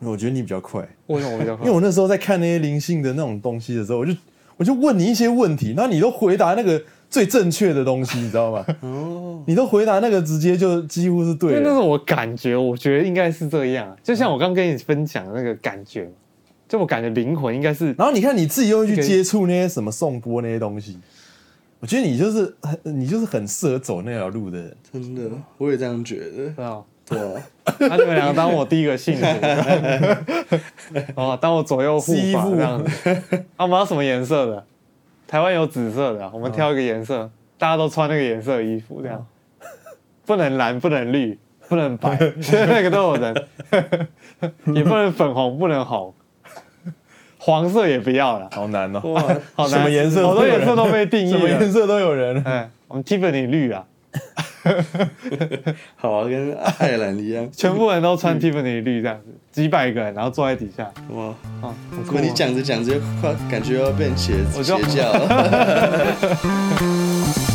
F: 我觉得你比较快，
E: 为什么我比较快？
F: 因为我那时候在看那些灵性的那种东西的时候，我就我就问你一些问题，然后你都回答那个最正确的东西，你知道吗？ 哦，你都回答那个直接就几乎是
E: 因
F: 对
E: 为那
F: 的。
E: 是我感觉，我觉得应该是这样啊，就像我刚跟你分享的那个感觉，就我感觉灵魂应该是
F: 然后你看你自己又去
E: 个
F: 接触那些什么颂钵那些东西，我觉得你就是很你就是很适合走那条路的人。
D: 嗯真的，我也这样觉得。
E: 知道 我，那啊你们两个当我第一个信徒， 哦，当我左右护
F: 西
E: 法
F: 部
E: 这样子。啊，我们要什么颜色的？台湾有紫色的啊、我们挑一个颜
F: 嗯
E: 色，大家都穿那个颜色的衣服，这样
F: 哦
E: 不能蓝，不能绿，不能白， 那个都有人，也不能粉红，不能红，黄色也不要了。
F: 好难哦，
D: 哇，
E: 好难，
F: 什么颜色
E: 好
F: 都有
E: 多
F: 人
E: 颜色都被定义
F: 什么颜
E: 了。
F: 色都有人。
E: 哎，我们 Tiffany 绿啊，
D: 好啊，跟爱尔兰 一样，
E: 全部人都
F: 嗯
E: 穿 Tiffany 绿这样子，几百个人，然后坐在底下，
D: 哇！
E: 啊，很酷
D: 我你
E: 啊
D: 讲着讲着，快感觉要变邪
E: 我
D: 邪
E: 就
D: 教了。